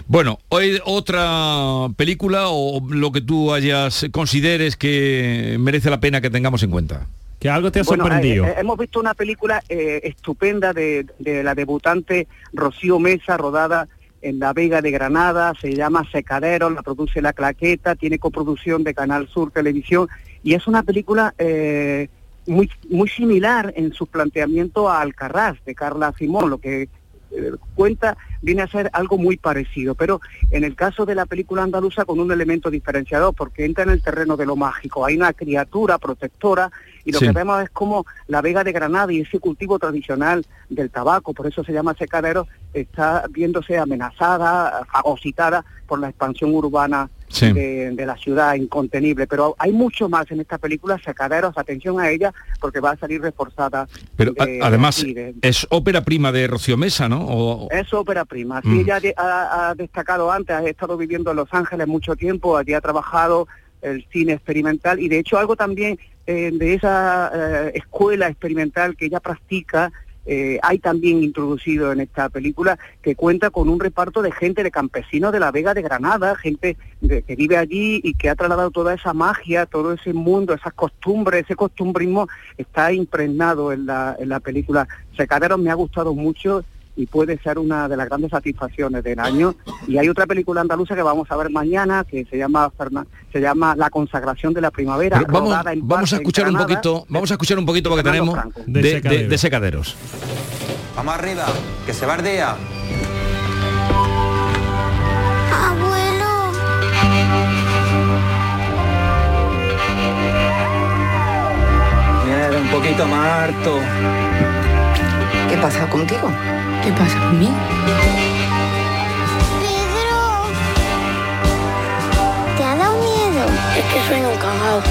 S5: Bueno, hoy otra película o lo que tú hayas consideres que merece la pena que tengamos en cuenta.
S3: Que algo te
S16: Bueno, eh, eh, hemos visto una película eh, estupenda de, de la debutante Rocío Mesa, rodada en La Vega de Granada, se llama Secadero, la produce La Claqueta, tiene coproducción de Canal Sur Televisión y es una película eh, muy, muy similar en su planteamiento a Alcarraz de Carla Simón, lo que eh, cuenta viene a ser algo muy parecido, pero en el caso de la película andaluza con un elemento diferenciador, porque entra en el terreno de lo mágico, hay una criatura protectora y lo
S17: Sí.
S16: que vemos es como la Vega de Granada y ese cultivo tradicional del tabaco, por eso se llama secadero, está viéndose amenazada, fagocitada por la expansión urbana
S5: Sí.
S16: de, de la ciudad incontenible. Pero hay mucho más en esta película, sacaderos, atención a ella, porque va a salir reforzada.
S5: Pero a-
S16: de-
S5: además
S16: sí, de-
S5: es ópera prima de Rocío Mesa, ¿no? O-
S16: es ópera prima. Sí,
S5: Mm.
S16: ella de- ha, ha destacado antes, ha estado viviendo en Los Ángeles mucho tiempo, allí ha trabajado el cine experimental y de hecho algo también eh, de esa eh, escuela experimental que ella practica. eh, hay también introducido en esta película que cuenta con un reparto de gente de campesinos de la Vega de Granada, gente de- que vive allí y que ha trasladado toda esa magia, todo ese mundo, esas costumbres, ese costumbrismo está impregnado en la, en la película. Secaderos me ha gustado mucho y puede ser una de las grandes satisfacciones del año. Y hay otra película andaluza que vamos a ver mañana que se llama Fernan- se llama La consagración de la primavera.
S5: Pero vamos,
S16: rodada en
S5: vamos
S16: parte
S5: a
S16: en
S5: escuchar un
S16: Granada.
S5: poquito, vamos a escuchar un poquito lo que
S16: Fernando
S5: tenemos
S16: Franco.
S5: de,
S16: De
S5: de-
S16: Secaderos.
S5: de secaderos.
S1: Vamos arriba, que se va el día.
S4: Abuelo.
S1: Mierda, un poquito más harto.
S20: ¿Qué pasa contigo? ¿Qué pasa conmigo?
S4: Pedro. ¿Te ha dado miedo? Es que soy un cagado.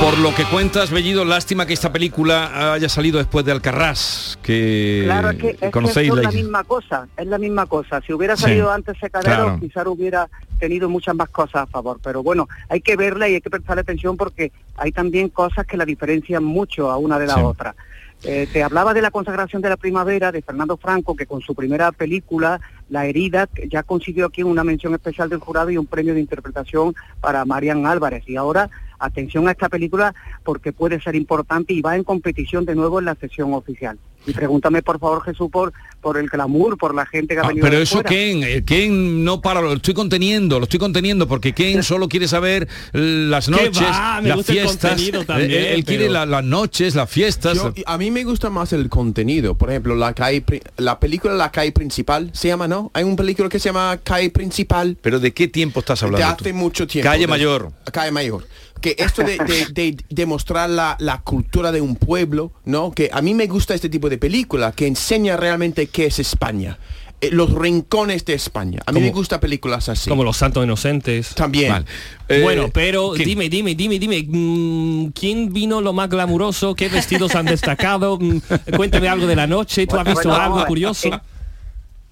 S5: Por lo que cuentas, Bellido, lástima que esta película haya salido después de Alcarrás, que,
S16: Claro, es que, es que
S5: conocéis
S16: son
S5: la
S16: la misma cosa, es la misma cosa. Si hubiera
S5: Sí,
S16: salido antes Secadero,
S5: claro.
S16: quizás hubiera tenido muchas más cosas a favor. Pero bueno, hay que verla y hay que prestarle atención porque hay también cosas que la diferencian mucho a una de la
S17: Sí.
S16: otra. Eh, te hablaba de la consagración de la primavera de Fernando Franco, que con su primera película, La herida, que ya consiguió aquí una mención especial del jurado y un premio de interpretación para Marian Álvarez. Y ahora, atención a esta película porque puede ser importante y va en competición de nuevo en la sesión oficial. Y pregúntame, por favor, Jesús, por, por el clamor, por la gente que ha
S5: Ah,
S16: venido
S5: pero
S16: de
S5: eso
S16: fuera.
S5: Ken, eh, Ken no para, lo estoy conteniendo, lo estoy conteniendo porque Ken solo quiere saber eh, las
S2: ¿Qué
S5: noches,
S2: va? Ah, Me
S5: las
S2: gusta el
S5: fiestas,
S2: contenido
S5: eh,
S2: también,
S5: él, él quiere
S2: pero-
S5: la- las noches, las fiestas.
S2: Yo- a mí me gusta más el contenido. Por ejemplo, la calle, pri- la película La calle principal se llama, ¿no? Hay un película que se llama Calle principal.
S5: Pero de qué tiempo estás hablando?
S2: de
S5: tú?
S2: hace mucho tiempo.
S5: Calle
S2: de-
S5: Mayor.
S2: Calle Mayor. Que esto de, de- de- de mostrar la, la cultura de un pueblo, ¿no? Que a mí me gusta este tipo de película que enseña realmente qué es España. Eh, los rincones de España. A mí
S3: Como-
S2: me gustan películas así.
S3: Como Los Santos Inocentes.
S2: También. Eh,
S3: bueno, pero
S2: ¿qué?
S3: dime, dime, dime, dime, mm, ¿quién vino lo más glamuroso? ¿Qué vestidos han destacado? Mm, Cuéntame algo de la noche, ¿tú has
S16: Bueno,
S3: visto
S16: bueno, eh, vamos
S3: algo
S16: a ver.
S3: curioso?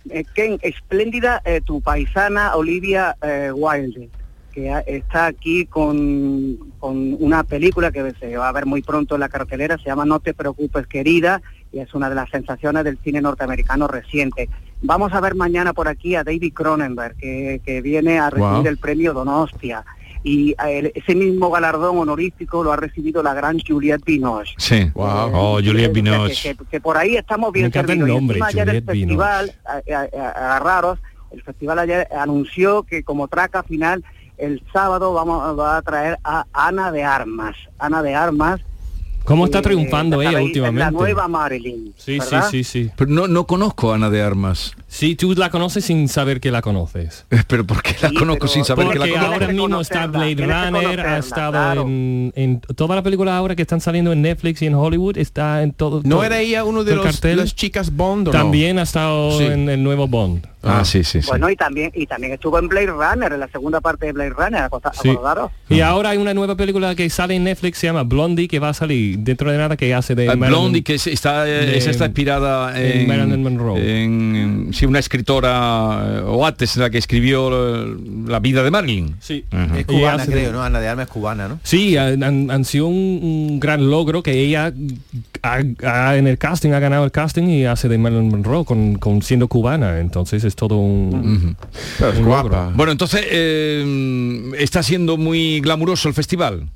S16: Eh, Ken, espléndida eh, tu paisana Olivia eh, Wilde, que ha- está aquí con, con una película que se va a ver muy pronto en la cartelera, se llama No te preocupes querida, y es una de las sensaciones del cine norteamericano reciente. Vamos a ver mañana por aquí a David Cronenberg, que, que viene a recibir
S22: Wow.
S16: el premio Donostia. Y eh, ese mismo galardón honorífico lo ha recibido la gran Juliette Binoche.
S5: Sí. Oh, Juliette Binoche.
S16: Eh, Que, que por ahí estamos bien
S5: Me encanta el
S16: servidos. Y
S5: nombre,
S16: encima ayer el
S5: Juliette Binoche.
S16: festival, a- a- a- agarraros, el festival ayer anunció que como traca final, el sábado vamos va a traer a Ana de Armas. Ana de Armas.
S3: ¿Cómo
S16: eh,
S3: está triunfando
S16: esta
S3: ella
S16: la- La
S3: últimamente?
S16: nueva Marilyn.
S3: Sí, sí,
S16: ¿verdad?
S3: sí, sí.
S5: Pero no, no conozco a Ana de Armas. Eh,
S3: Sí, tú la conoces sin saber que la conoces.
S5: Pero ¿por qué la conozco sin saber que
S3: Porque
S5: la conozco?
S3: ahora mismo está Blade
S16: tienes que
S3: Runner,
S16: conocerla,
S3: ha estado
S16: claro.
S3: en, en todas las películas ahora que están saliendo en Netflix y en Hollywood, está en todo.
S2: ¿No
S3: todo-
S2: era ella uno de
S3: todo el
S2: los,
S3: cartel.
S2: las chicas Bond o no?
S3: También ha estado
S2: Sí.
S3: en el nuevo Bond.
S5: Ah, sí, sí,
S16: Bueno, y también, y también estuvo en Blade Runner, en la segunda parte de Blade Runner, acorda-
S3: Sí.
S16: acordaros.
S3: Y ahora hay una nueva película que sale en Netflix, se llama Blondie, que va a salir dentro de nada que hace de...
S5: Ah,
S3: Marilyn-
S5: Blondie, que es- está, eh,
S3: de-
S5: esa está inspirada
S3: de
S5: en,
S3: Marilyn Monroe.
S5: en- en- sí, una escritora eh, Oates, la que escribió eh, La vida de Marilyn.
S3: Sí.
S5: Ajá.
S6: Es cubana,
S3: hace de-
S6: creo, ¿no? Ana de Armas es cubana, ¿no?
S3: Sí, han, han- han sido un, un gran logro que ella ha- ha- en el casting ha ganado el casting y hace de Marilyn Monroe con, con siendo cubana, entonces es todo un, un logro.
S5: Bueno, entonces eh, está siendo muy glamuroso el festival.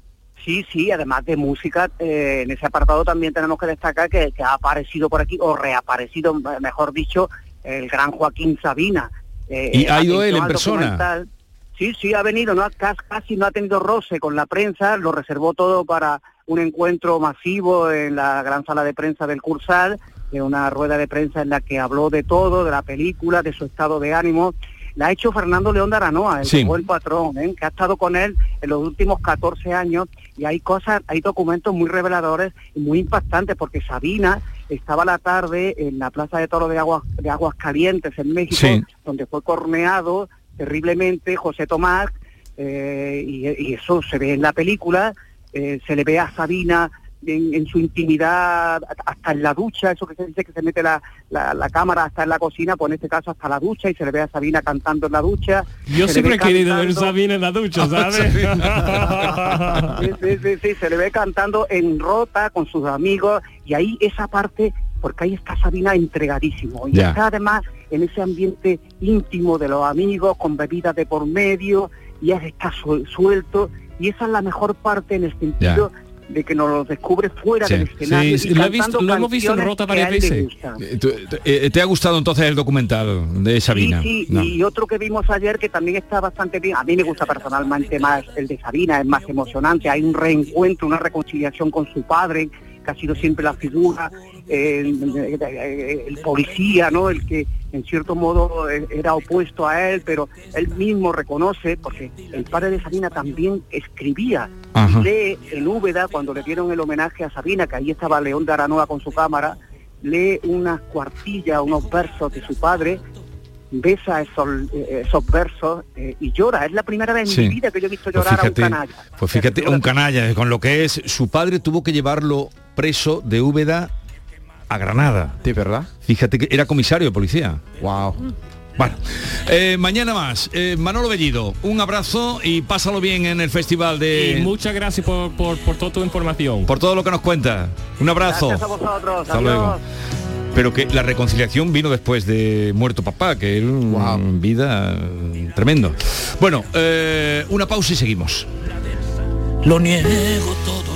S16: Sí, sí, además de música, eh, en ese apartado también tenemos que destacar que, que ha aparecido por aquí, o reaparecido, eh, mejor dicho, el gran Joaquín Sabina. Eh,
S5: ¿Y
S16: eh,
S5: ha ido él
S16: atención
S5: en
S16: al
S5: persona?
S16: documental. Sí, sí, ha venido, no ha, cas- casi no ha tenido roce con la prensa, lo reservó todo para un encuentro masivo en la gran sala de prensa del Cursal, de una rueda de prensa en la que habló de todo, de la película, de su estado de ánimo. La ha hecho Fernando León de Aranoa, el
S23: Sí.
S16: buen patrón, ¿eh? que ha estado con él en los últimos 14 años y hay cosas, hay documentos muy reveladores y muy impactantes porque Sabina estaba la tarde en la Plaza de Toros de Aguas, de Aguas Calientes en México,
S5: Sí.
S16: donde fue corneado terriblemente José Tomás, eh, y, y eso se ve en la película, eh, se le ve a Sabina en, en su intimidad, hasta en la ducha, eso que se dice que se mete la, la- la cámara hasta en la cocina, pues en este caso hasta la ducha, y se le ve a Sabina cantando en la ducha.
S3: Yo
S16: se le ve
S3: siempre he querido ver
S16: cantando-
S3: Sabina en la ducha,
S1: [LAUGHS]
S3: ¿sabes? [LAUGHS]
S16: sí, sí, sí, sí, se le ve cantando en rota con sus amigos y ahí esa parte, porque ahí está Sabina entregadísimo. Y
S7: Ya.
S16: está además en ese ambiente íntimo de los amigos, con bebidas de por medio, y ya está su- suelto. Y esa es la mejor parte en el sentido de que nos lo descubre fuera
S5: Sí.
S16: del escenario.
S5: Sí,
S16: y
S5: sí, lo, he visto,
S16: cantando
S5: lo hemos visto en
S16: canciones
S5: Rota
S16: que a
S5: varias
S16: él le
S5: veces.
S16: gustan.
S5: Eh, tú- eh, ¿Te ha gustado entonces el documental de Sabina?
S16: Sí, sí,
S5: No.
S16: y otro que vimos ayer que también está bastante bien. A mí me gusta personalmente más el de Sabina, es más emocionante. Hay un reencuentro, una reconciliación con su padre, que ha sido siempre la figura, eh, el, el policía, ¿no? El que en cierto modo eh, era opuesto a él, pero él mismo reconoce, porque el padre de Sabina también escribía.
S8: Ajá.
S16: Lee en Úbeda, cuando le dieron el homenaje a Sabina, que ahí estaba León de Aranoa con su cámara, lee unas cuartillas, unos versos de su padre, besa esos, eh, esos versos eh, y llora. Es la primera vez en
S5: Sí.
S16: mi vida que yo he visto
S5: Pues
S16: llorar
S5: fíjate,
S16: a un canalla.
S5: pues fíjate, un canalla, eh, con lo que es, su padre tuvo que llevarlo preso de Úbeda a Granada. ¿De verdad? Fíjate que era comisario de policía. Wow. Bueno, eh, mañana más. Eh, Manolo Bellido, un abrazo y pásalo bien en el festival de...
S3: Y muchas gracias por, por, por toda tu información.
S5: Por todo lo que nos cuenta. Un abrazo.
S3: Gracias a vosotros.
S5: Hasta
S3: Adiós.
S5: luego. Pero que la reconciliación vino después de muerto papá, que era un vida eh, tremendo. Bueno, eh, una pausa y seguimos.
S7: Lo niego todo.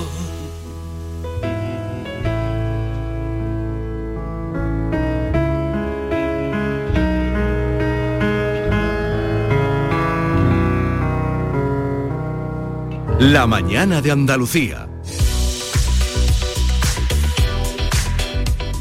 S24: La mañana de Andalucía.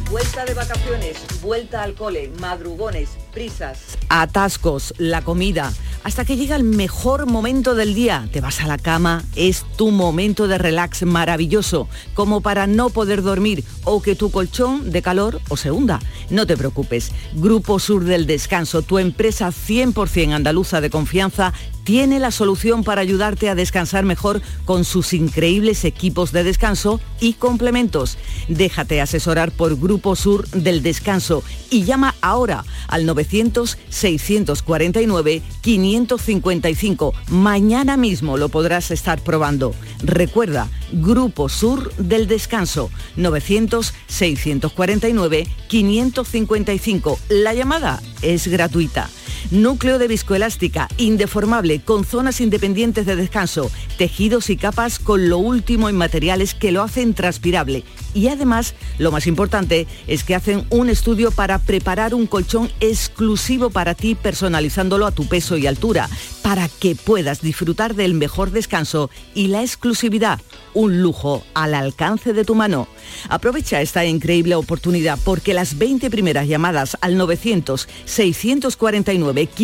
S17: Vuelta de vacaciones, vuelta al cole, madrugones, prisas.
S22: atascos, la comida, hasta que llega el mejor momento del día. Te vas a la cama, es tu momento de relax maravilloso, como para no poder dormir o que tu colchón de calor o se hunda. No te preocupes, Grupo Sur del Descanso, tu empresa 100% andaluza de confianza, tiene la solución para ayudarte a descansar mejor con sus increíbles equipos de descanso y complementos. Déjate asesorar por Grupo Sur del Descanso y llama ahora al 900-649-555. Mañana mismo lo podrás estar probando. Recuerda, Grupo Sur del Descanso, 900-649-555. La llamada es gratuita. Núcleo de viscoelástica, indeformable, con zonas independientes de descanso, tejidos y capas con lo último en materiales que lo hacen transpirable. Y además, lo más importante es que hacen un estudio para preparar un colchón exclusivo para ti, personalizándolo a tu peso y altura, para que puedas disfrutar del mejor descanso y la exclusividad, un lujo al alcance de tu mano. Aprovecha esta increíble oportunidad porque las 20 primeras llamadas al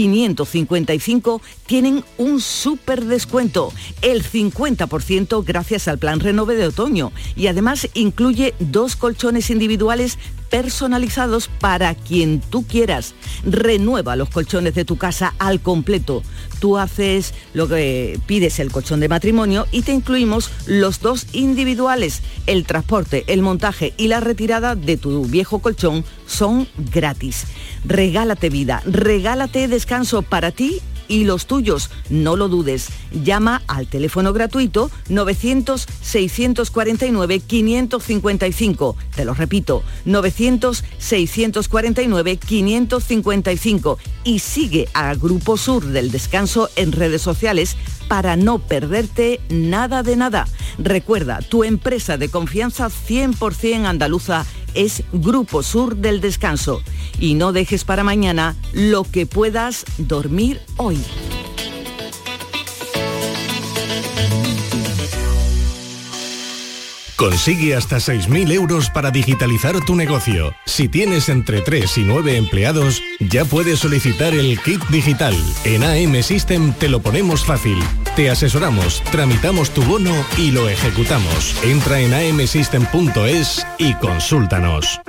S22: 900-649-555 tienen un súper descuento, el 50% gracias al plan Renove de otoño y además incluye dos colchones individuales personalizados para quien tú quieras. Renueva los colchones de tu casa al completo. Tú haces lo que pides el colchón de matrimonio y te incluimos los dos individuales. El transporte, el montaje y la retirada de tu viejo colchón son gratis. Regálate vida, regálate descanso para ti y los tuyos, no lo dudes. Llama al teléfono gratuito 900-649-555. Te lo repito, 900-649-555. Y sigue a Grupo Sur del Descanso en redes sociales para no perderte nada de nada. Recuerda, tu empresa de confianza 100% andaluza es Grupo Sur del Descanso. Y no dejes para mañana lo que puedas dormir hoy.
S10: Consigue hasta 6.000 euros para digitalizar tu negocio. Si tienes entre 3 y 9 empleados, ya puedes solicitar el kit digital. En AM System te lo ponemos fácil. Te asesoramos, tramitamos tu bono y lo ejecutamos. Entra en amsystem.es y consúltanos.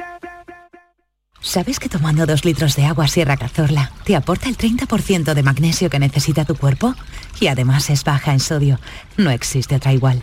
S15: ¿Sabes que tomando dos litros de agua Sierra Cazorla te aporta el 30% de magnesio que necesita tu cuerpo? Y además es baja en sodio. No existe otra igual.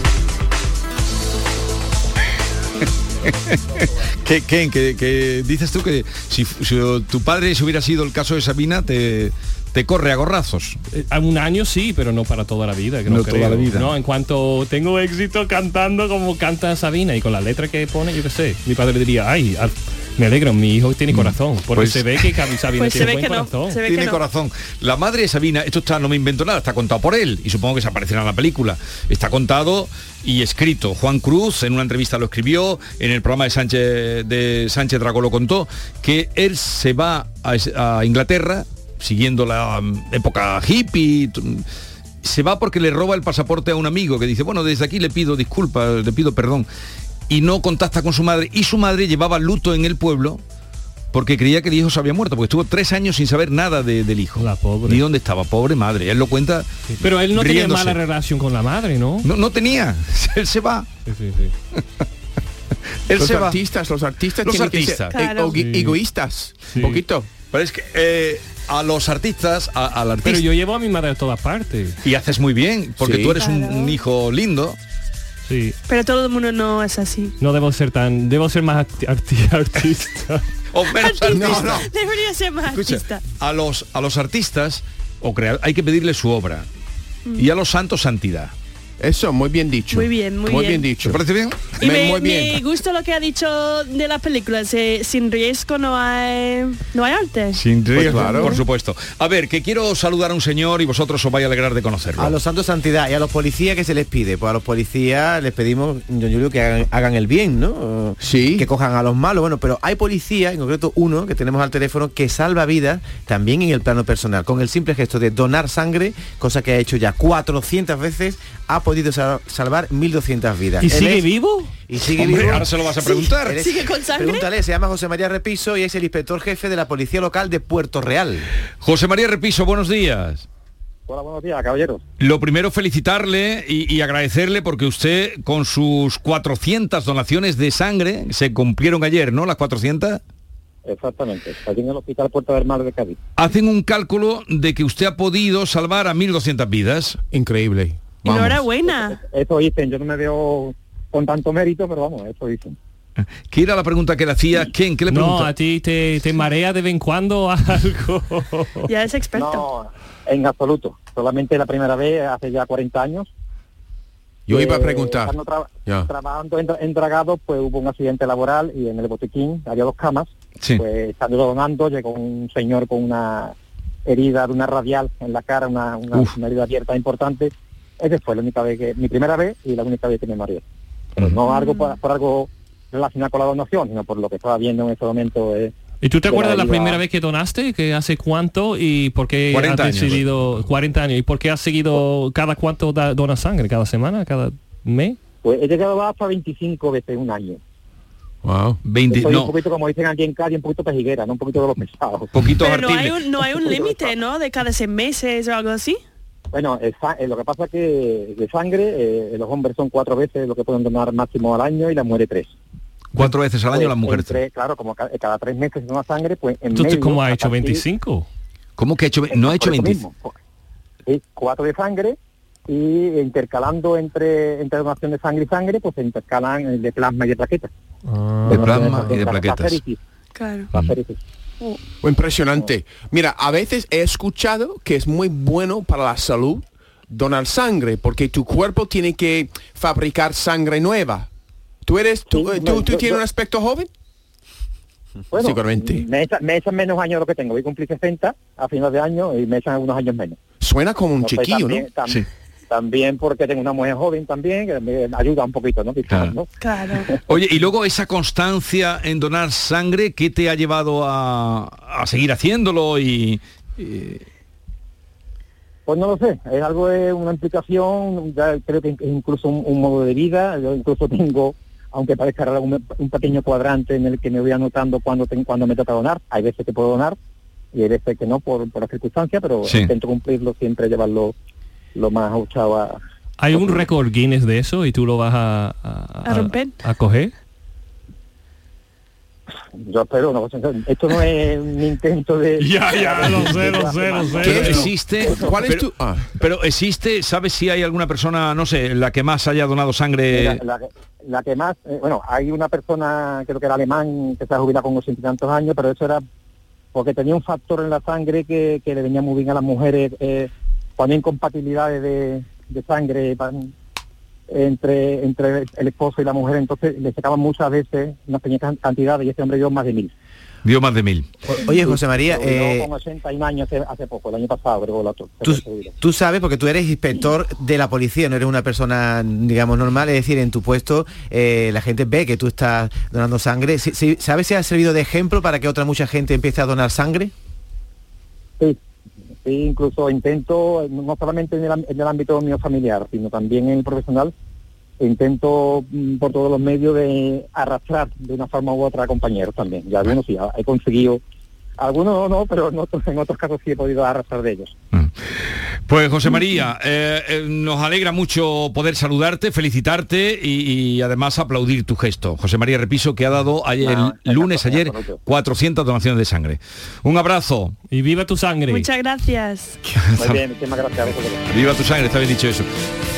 S5: [LAUGHS] que, que, que- que dices tú que si, si tu padre si hubiera sido el caso de Sabina te, te corre a gorrazos.
S3: Eh, a un año sí, pero no para toda la vida. que no
S5: No toda
S3: creo.
S5: la vida.
S3: No, en cuanto tengo éxito cantando como canta Sabina y con la letra que pone, yo qué sé, mi padre diría, ay, al- me alegro, mi hijo tiene corazón, porque
S5: Pues-
S3: se ve que Cab- Sabina
S5: Pues se
S3: tiene
S5: ve
S3: buen
S5: que no,
S3: corazón.
S5: se ve Tiene que no. corazón. La madre de Sabina, esto está, no me invento nada, está contado por él y supongo que se aparecerá en la película. Está contado y escrito. Juan Cruz en una entrevista lo escribió, en el programa de Sánchez de Sánchez Dragó lo contó, que él se va a, es- a Inglaterra, siguiendo la mm, época hippie. t- mm, Se va porque le roba el pasaporte a un amigo que dice, bueno, desde aquí le pido disculpas, le pido perdón. Y no contacta con su madre. Y su madre llevaba luto en el pueblo porque creía que el hijo se había muerto, porque estuvo tres años sin saber nada de- del hijo. La pobre. Ni dónde estaba, pobre madre. Él lo cuenta.
S3: Pero él no tenía
S5: riéndose.
S3: mala relación con la madre, ¿no?
S5: No, no tenía. [LAUGHS] Él se va. [LAUGHS] Él
S2: los
S5: se va.
S2: artistas, los artistas
S5: Los
S2: tienen
S5: artistas.
S2: que ser eh,
S5: Claro.
S2: ogui-
S5: Sí.
S2: egoístas. Poquito.
S5: Pero es que eh, a los artistas, a- al artista.
S3: Pero yo llevo a mi madre a todas partes.
S5: Y haces muy bien, porque
S3: Sí.
S5: tú eres un,
S3: Claro.
S5: un hijo lindo.
S3: Sí.
S12: Pero todo el mundo no es así.
S3: No debo ser tan, debo ser más arti- [LAUGHS] arti- artista.
S5: O menos artista.
S12: Debería ser más
S5: Escucha,
S12: artista.
S5: a los, a los artistas o crea- hay que pedirle su obra. Y a los santos santidad.
S2: Eso, muy bien dicho.
S12: Mm. Muy bien, muy Muy bien bien.
S5: dicho. ¿Te parece bien?
S12: Y me, me gusta lo que ha dicho de las películas. eh, sin riesgo no hay, no hay arte.
S5: Sin
S12: Pues
S5: riesgo,
S12: claro.
S5: por supuesto. A ver, que quiero saludar a un señor y vosotros os vais a alegrar de conocerlo.
S6: A los santos santidad y a los policías que se les pide. Pues a los policías les pedimos, yo Julio, que hagan, hagan el bien, ¿no? Sí. Que cojan a los malos. Bueno, pero hay policías, en concreto uno que tenemos al teléfono, que salva vidas también en el plano personal. Con el simple gesto de donar sangre, cosa que ha hecho ya 400 veces, ha podido sal- salvar 1.200 vidas.
S3: ¿Y
S6: Él
S3: sigue
S6: es-
S3: vivo?
S6: Y sigue
S3: Hombre,
S6: vivo.
S3: ahora se lo vas a preguntar.
S6: Él es-
S3: ¿Sigue con sangre?
S6: Pregúntale, se llama José María Repiso y es el inspector jefe de la policía local de Puerto Real.
S5: José María Repiso, buenos días.
S13: Hola, buenos días, caballeros.
S5: Lo primero, felicitarle y, y agradecerle porque usted con sus 400 donaciones de sangre, se cumplieron ayer, ¿no? Las 400.
S13: Exactamente. Aquí en el Hospital Puerto del Mar de Cádiz.
S5: Hacen un cálculo de que usted ha podido salvar a 1.200 vidas.
S2: Increíble.
S12: Enhorabuena.
S13: Eso dicen, yo no me veo con tanto mérito, pero vamos, eso dicen.
S5: ¿Qué era la pregunta que le hacía? ¿Quién? ¿Qué le
S3: No,
S5: pregunta?
S3: a ti te, te marea de vez en cuando [LAUGHS] algo.
S12: Ya es experto.
S13: No, en absoluto. Solamente la primera vez, hace ya 40 años.
S2: Yo
S13: que
S2: iba a preguntar.
S13: estando tra-
S2: Ya.
S13: Trabajando en, en Dragados, pues hubo un accidente laboral y en el botiquín había dos camas.
S2: Sí.
S13: Pues estando donando, llegó un señor con una herida de una radial en la cara, una, una-
S23: Uf.
S13: una herida abierta importante. Esa fue la única vez que, mi primera vez y la única vez que me mareé. Pero no
S12: Mm.
S13: algo por, por algo relacionado con la donación, sino por lo que estaba viendo en ese momento. eh,
S3: ¿Y tú te
S13: de
S3: acuerdas la
S13: ayuda.
S3: primera vez que donaste? ¿Que hace cuánto y por qué
S13: 40
S3: has
S13: años.
S3: decidido 40 años? ¿Y por qué has seguido cada cuánto da- donas sangre? ¿Cada semana? ¿Cada mes?
S13: Pues he llegado hasta 25 veces en un año.
S2: Wow.
S5: 20,
S13: Soy un
S5: no,
S13: poquito, como dicen aquí en Cádiz, un poquito pejiguera, ¿no? Un poquito de los pesados.
S5: poquito
S12: Pero no hay
S5: artible.
S12: un, no hay un límite, ¿no? De cada seis meses o algo así.
S13: Bueno, el sa- eh, lo que pasa es que de sangre eh, los hombres son cuatro veces lo que pueden donar máximo al año y las mujeres tres.
S5: Cuatro veces al año
S13: Pues,
S5: las mujeres.
S13: entre- claro, como ca- cada, tres meses se dona sangre, pues en
S5: ¿Tú
S13: medio,
S5: cómo ha
S13: a
S5: hecho
S13: partir-
S5: 25? ¿Cómo que ha hecho? ve- No ha hecho
S13: por eso
S5: 25.
S13: mismo, por- sí, cuatro de sangre y intercalando entre entre donación de sangre y sangre, pues se
S4: Ah.
S13: intercalan eh, de plasma y de plaquetas.
S4: Mm.
S5: de plasma y de plaquetas.
S13: Claro.
S12: Oh,
S2: Impresionante. Mira, a veces he escuchado que es muy bueno para la salud donar sangre, porque tu cuerpo tiene que fabricar sangre nueva. ¿Tú eres, tú, eh, tú-
S13: no,
S2: tú
S13: yo-
S2: tienes
S13: yo-
S2: un aspecto joven?
S13: Bueno,
S2: Seguramente.
S13: Me echan, me echan menos años de lo que tengo. Voy a cumplir 60 a finales de año y me echan algunos años menos.
S2: Suena como un
S13: Entonces,
S2: chiquillo,
S13: también,
S2: ¿no?
S13: tam- También porque tengo una mujer joven también, que me ayuda un poquito, ¿no? Quizás,
S5: Claro.
S13: ¿no?
S12: Claro.
S5: Oye, y luego esa constancia en donar sangre, ¿qué te ha llevado a, a seguir haciéndolo? Y,
S3: [LAUGHS]
S5: y-
S13: Pues no lo sé, es algo de una implicación, ya creo que es incluso un, un modo de vida, yo incluso [LAUGHS] tengo, aunque parezca raro, un, un pequeño cuadrante en el que me voy anotando cuando, cuando me toca donar, hay veces que puedo donar y hay veces que no por, por las circunstancias, pero
S3: Sí.
S13: intento cumplirlo, siempre llevarlo lo más ajustado a...
S3: ¿Hay un récord Guinness de eso y tú lo vas a, a-
S13: A romper.
S3: a coger?
S13: Yo espero, no, pues, esto no es un intento de...
S5: [LAUGHS] Ya, ya, lo
S13: [LAUGHS]
S5: sé, lo sé, lo sé. ¿Qué existe?
S13: ¿Cuál es
S5: pero, ah.
S13: tu-
S5: pero existe, ¿sabes si hay alguna persona, no sé, la que más haya donado sangre?
S13: Mira, Eh, la, la que más, eh, bueno, hay una persona, creo que era alemán, que se ha jubilado con 80 y tantos años, pero eso era porque tenía un factor en la sangre que, que le venía muy bien a las mujeres, eh, ponía incompatibilidades de, de sangre pa- entre entre el esposo y la mujer, entonces le sacaban muchas veces unas pequeñas cantidades y este hombre dio más de mil.
S5: Dio más de mil.
S6: Oye, José María,
S13: Se jubiló
S6: eh,
S13: con 81 años hace, hace poco, el año pasado, creo, la
S6: Tú- Tú sabes, porque tú eres inspector de la policía, no eres una persona, digamos, normal, es decir, en tu puesto eh, la gente ve que tú estás donando sangre. Si- si- ¿Sabes si ha servido de ejemplo para que otra mucha gente empiece a donar sangre?
S13: Sí, sí, E incluso intento, eh, no solamente en el, am- en el ámbito mío familiar, sino también en el profesional, intento mm, por todos los medios de arrastrar de una forma u otra a compañeros también. Ya algunos sí, ha- he conseguido, algunos no, no, pero en otros, en otros casos sí he podido arrastrar de ellos.
S5: Pues José María, eh, eh, nos alegra mucho poder saludarte, felicitarte y, y además aplaudir tu gesto. José María Repiso, que ha dado ayer, el lunes ayer 400 donaciones de sangre. Un abrazo.
S3: Y viva tu sangre.
S12: Muchas gracias.
S13: Muy
S5: Ah.
S13: bien, muchísimas gracias a vosotros.
S5: Viva tu sangre, está bien dicho eso.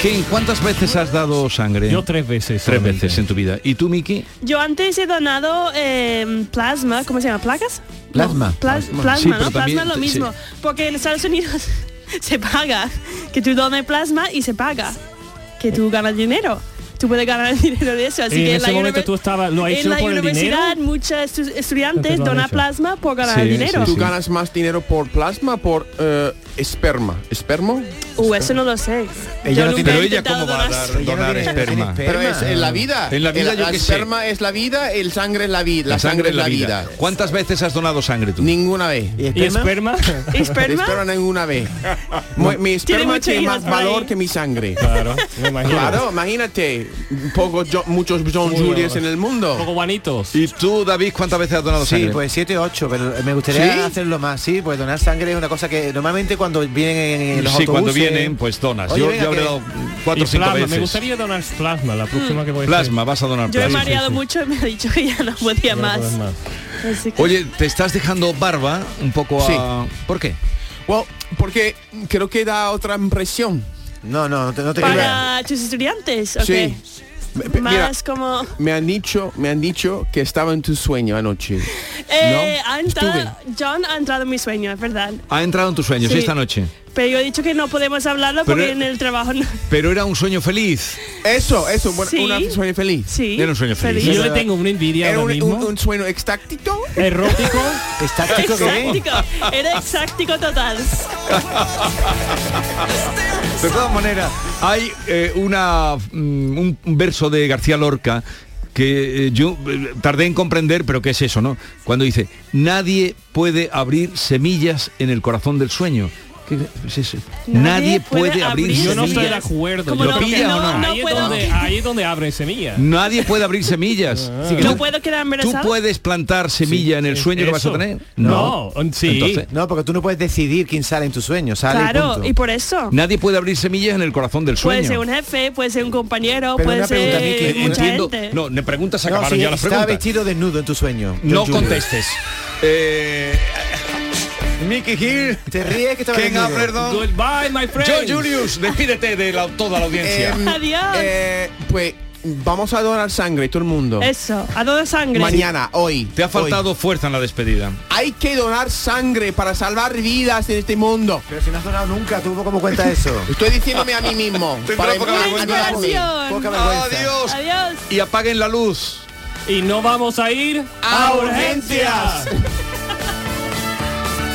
S5: ¿Qué, ¿Cuántas veces has dado sangre?
S3: Yo tres veces.
S5: Tres veces en tu vida. ¿Y tú, Miki?
S12: Yo antes he donado em, plasma, ¿cómo se llama? ¿Placas?
S5: Plasma.
S12: Plas-
S5: Plasma.
S12: plasma,
S5: Sí,
S12: ¿no?
S5: pero también-
S12: plasma es lo
S5: sí.
S12: mismo. Porque en Estados Unidos [LAUGHS] se paga. Que tú dones plasma y se paga. Que tú ganas dinero. Tú puedes ganar dinero de eso. Así
S3: en
S12: que
S3: ese
S12: la
S3: momento
S12: univer-
S3: tú estabas, lo has
S12: en
S3: hecho
S12: la
S3: por el dinero.
S12: universidad muchos estu- estudiantes
S2: Antes lo han
S12: donan
S2: hecho.
S12: plasma por ganar dinero.
S2: ¿Tú ganas más dinero por plasma o por eh, esperma? ¿Espermo?
S12: Uh, eso no lo sé. Yo nunca he intentado donar-
S5: donar esperma?
S2: Pero es en la vida.
S5: En la vida
S2: el,
S5: yo
S2: la
S5: qué sé.
S2: esperma es la vida, el sangre es la vida. La, sangre, es la vida.
S5: ¿Cuántas veces has donado sangre tú?
S2: Ninguna vez.
S5: ¿Y esperma?
S2: ¿Y esperma? ninguna vez. Mu- Mi esperma
S5: mucho
S2: tiene
S5: hilo
S2: más
S5: por ahí.
S2: valor que
S3: [LAUGHS]
S2: mi sangre. Claro,
S5: imagino.
S2: Claro,
S5: [LAUGHS]
S2: imagínate. Pocos Jo- muchos John Julius en el mundo.
S3: Poco guanitos.
S5: ¿Y tú, David, cuántas veces has donado
S6: sí,
S5: sangre?
S6: pues 7 8, pero me gustaría
S5: ¿Sí?
S6: hacerlo más, sí, pues donar sangre es una cosa que normalmente cuando vienen en los
S5: Sí,
S6: autobuses...
S5: cuando vienen, pues donas.
S6: Oye,
S5: yo
S6: venga,
S5: yo habré
S6: que-
S5: dado cuatro o
S3: Y
S5: cinco
S3: plasma,
S5: veces.
S3: Me gustaría donar plasma la próxima que voy a hacer.
S5: Plasma, vas a donar
S12: Yo he
S5: plasma.
S12: mareado mucho y me ha dicho que ya no podía más. Así que-
S5: Oye, te estás dejando barba un poco a...
S2: Sí.
S5: ¿Por qué?
S2: Well, porque creo que da otra impresión.
S6: No, no, no te, no
S12: para tus estudiantes, ¿ok?
S2: Sí. Me- me-
S12: Más
S2: mira,
S12: como...
S2: me han dicho, me han dicho que estaba en tu sueño anoche.
S12: Eh, ha entrado-
S2: estuve.
S12: John ha entrado en mi sueño, es verdad.
S5: Ha entrado en tus sueños
S12: Sí.
S5: esta noche.
S12: Pero yo he dicho que no podemos hablarlo
S5: Pero-
S12: porque en el trabajo no.
S5: Pero era un sueño feliz.
S2: Eso, eso, bueno,
S12: Sí.
S2: una- un sueño feliz.
S12: Sí.
S5: Era un sueño feliz.
S3: Yo le tengo una envidia
S2: Era
S3: ahora
S2: un,
S3: mismo.
S2: un- un sueño extáctico.
S3: Erótico.
S2: [LAUGHS]
S6: Estáctico,
S12: Exactico. Era exactico total.
S5: De todas maneras, hay eh, una, mm, un un verso de García Lorca que eh, yo eh, tardé en comprender, pero ¿qué es eso, no? Cuando dice, nadie puede abrir semillas en el corazón del sueño. ¿Qué es eso? Nadie, puede, abrir,
S3: Yo
S5: semillas.
S3: no estoy de acuerdo.
S5: ¿Lo
S3: Yo creo que
S5: pilla o no?
S3: Ahí es donde- ahí es donde abre semillas. Ah.
S5: Nadie puede abrir semillas.
S3: Sí, que
S5: ¿Tú,
S3: no
S12: ¿Puedo quedar
S5: tú
S12: embarazada?
S5: puedes plantar semilla en el sueño que vas a
S3: eso.
S5: tener?
S3: No, sí.
S5: Entonces,
S6: No, porque tú no puedes decidir quién sale en tu sueño, sale y
S12: Claro,
S6: punto.
S12: y por eso.
S5: nadie puede abrir semillas en el corazón
S4: Pues
S5: del sueño.
S12: Puede ser un jefe, puede ser un compañero,
S5: Pero
S12: puede
S5: una pregunta,
S12: ser
S5: Miki,
S12: mucha
S5: entiendo-
S12: gente.
S5: No, me preguntas,
S6: No,
S5: acabaron
S6: sí,
S5: ya las
S6: estaba
S5: preguntas.
S6: vestido desnudo en tu sueño. John
S5: No
S6: Julius.
S5: contestes. Eh, Mickey Hill.
S6: Te ríes que estaba
S5: Ken
S6: desnudo.
S5: Aperdon.
S3: Goodbye, my friend.
S5: John Julius, despídete de la- toda la audiencia.
S2: Em, eh, pues vamos a donar sangre, todo el mundo.
S12: Eso, a dónde sangre.
S2: Mañana, hoy.
S5: Te ha faltado fuerza en la despedida.
S2: Hay que donar sangre para salvar vidas en este mundo.
S6: Pero si no has donado nunca, ¿tú cómo cuenta eso?
S2: Estoy diciéndome a mí
S5: [LAUGHS]
S2: mismo.
S5: Tendrá
S2: para
S5: poca vergüenza.
S6: Poca vergüenza.
S5: Adiós. Y apaguen la luz.
S3: Y no vamos a ir
S5: a urgencias.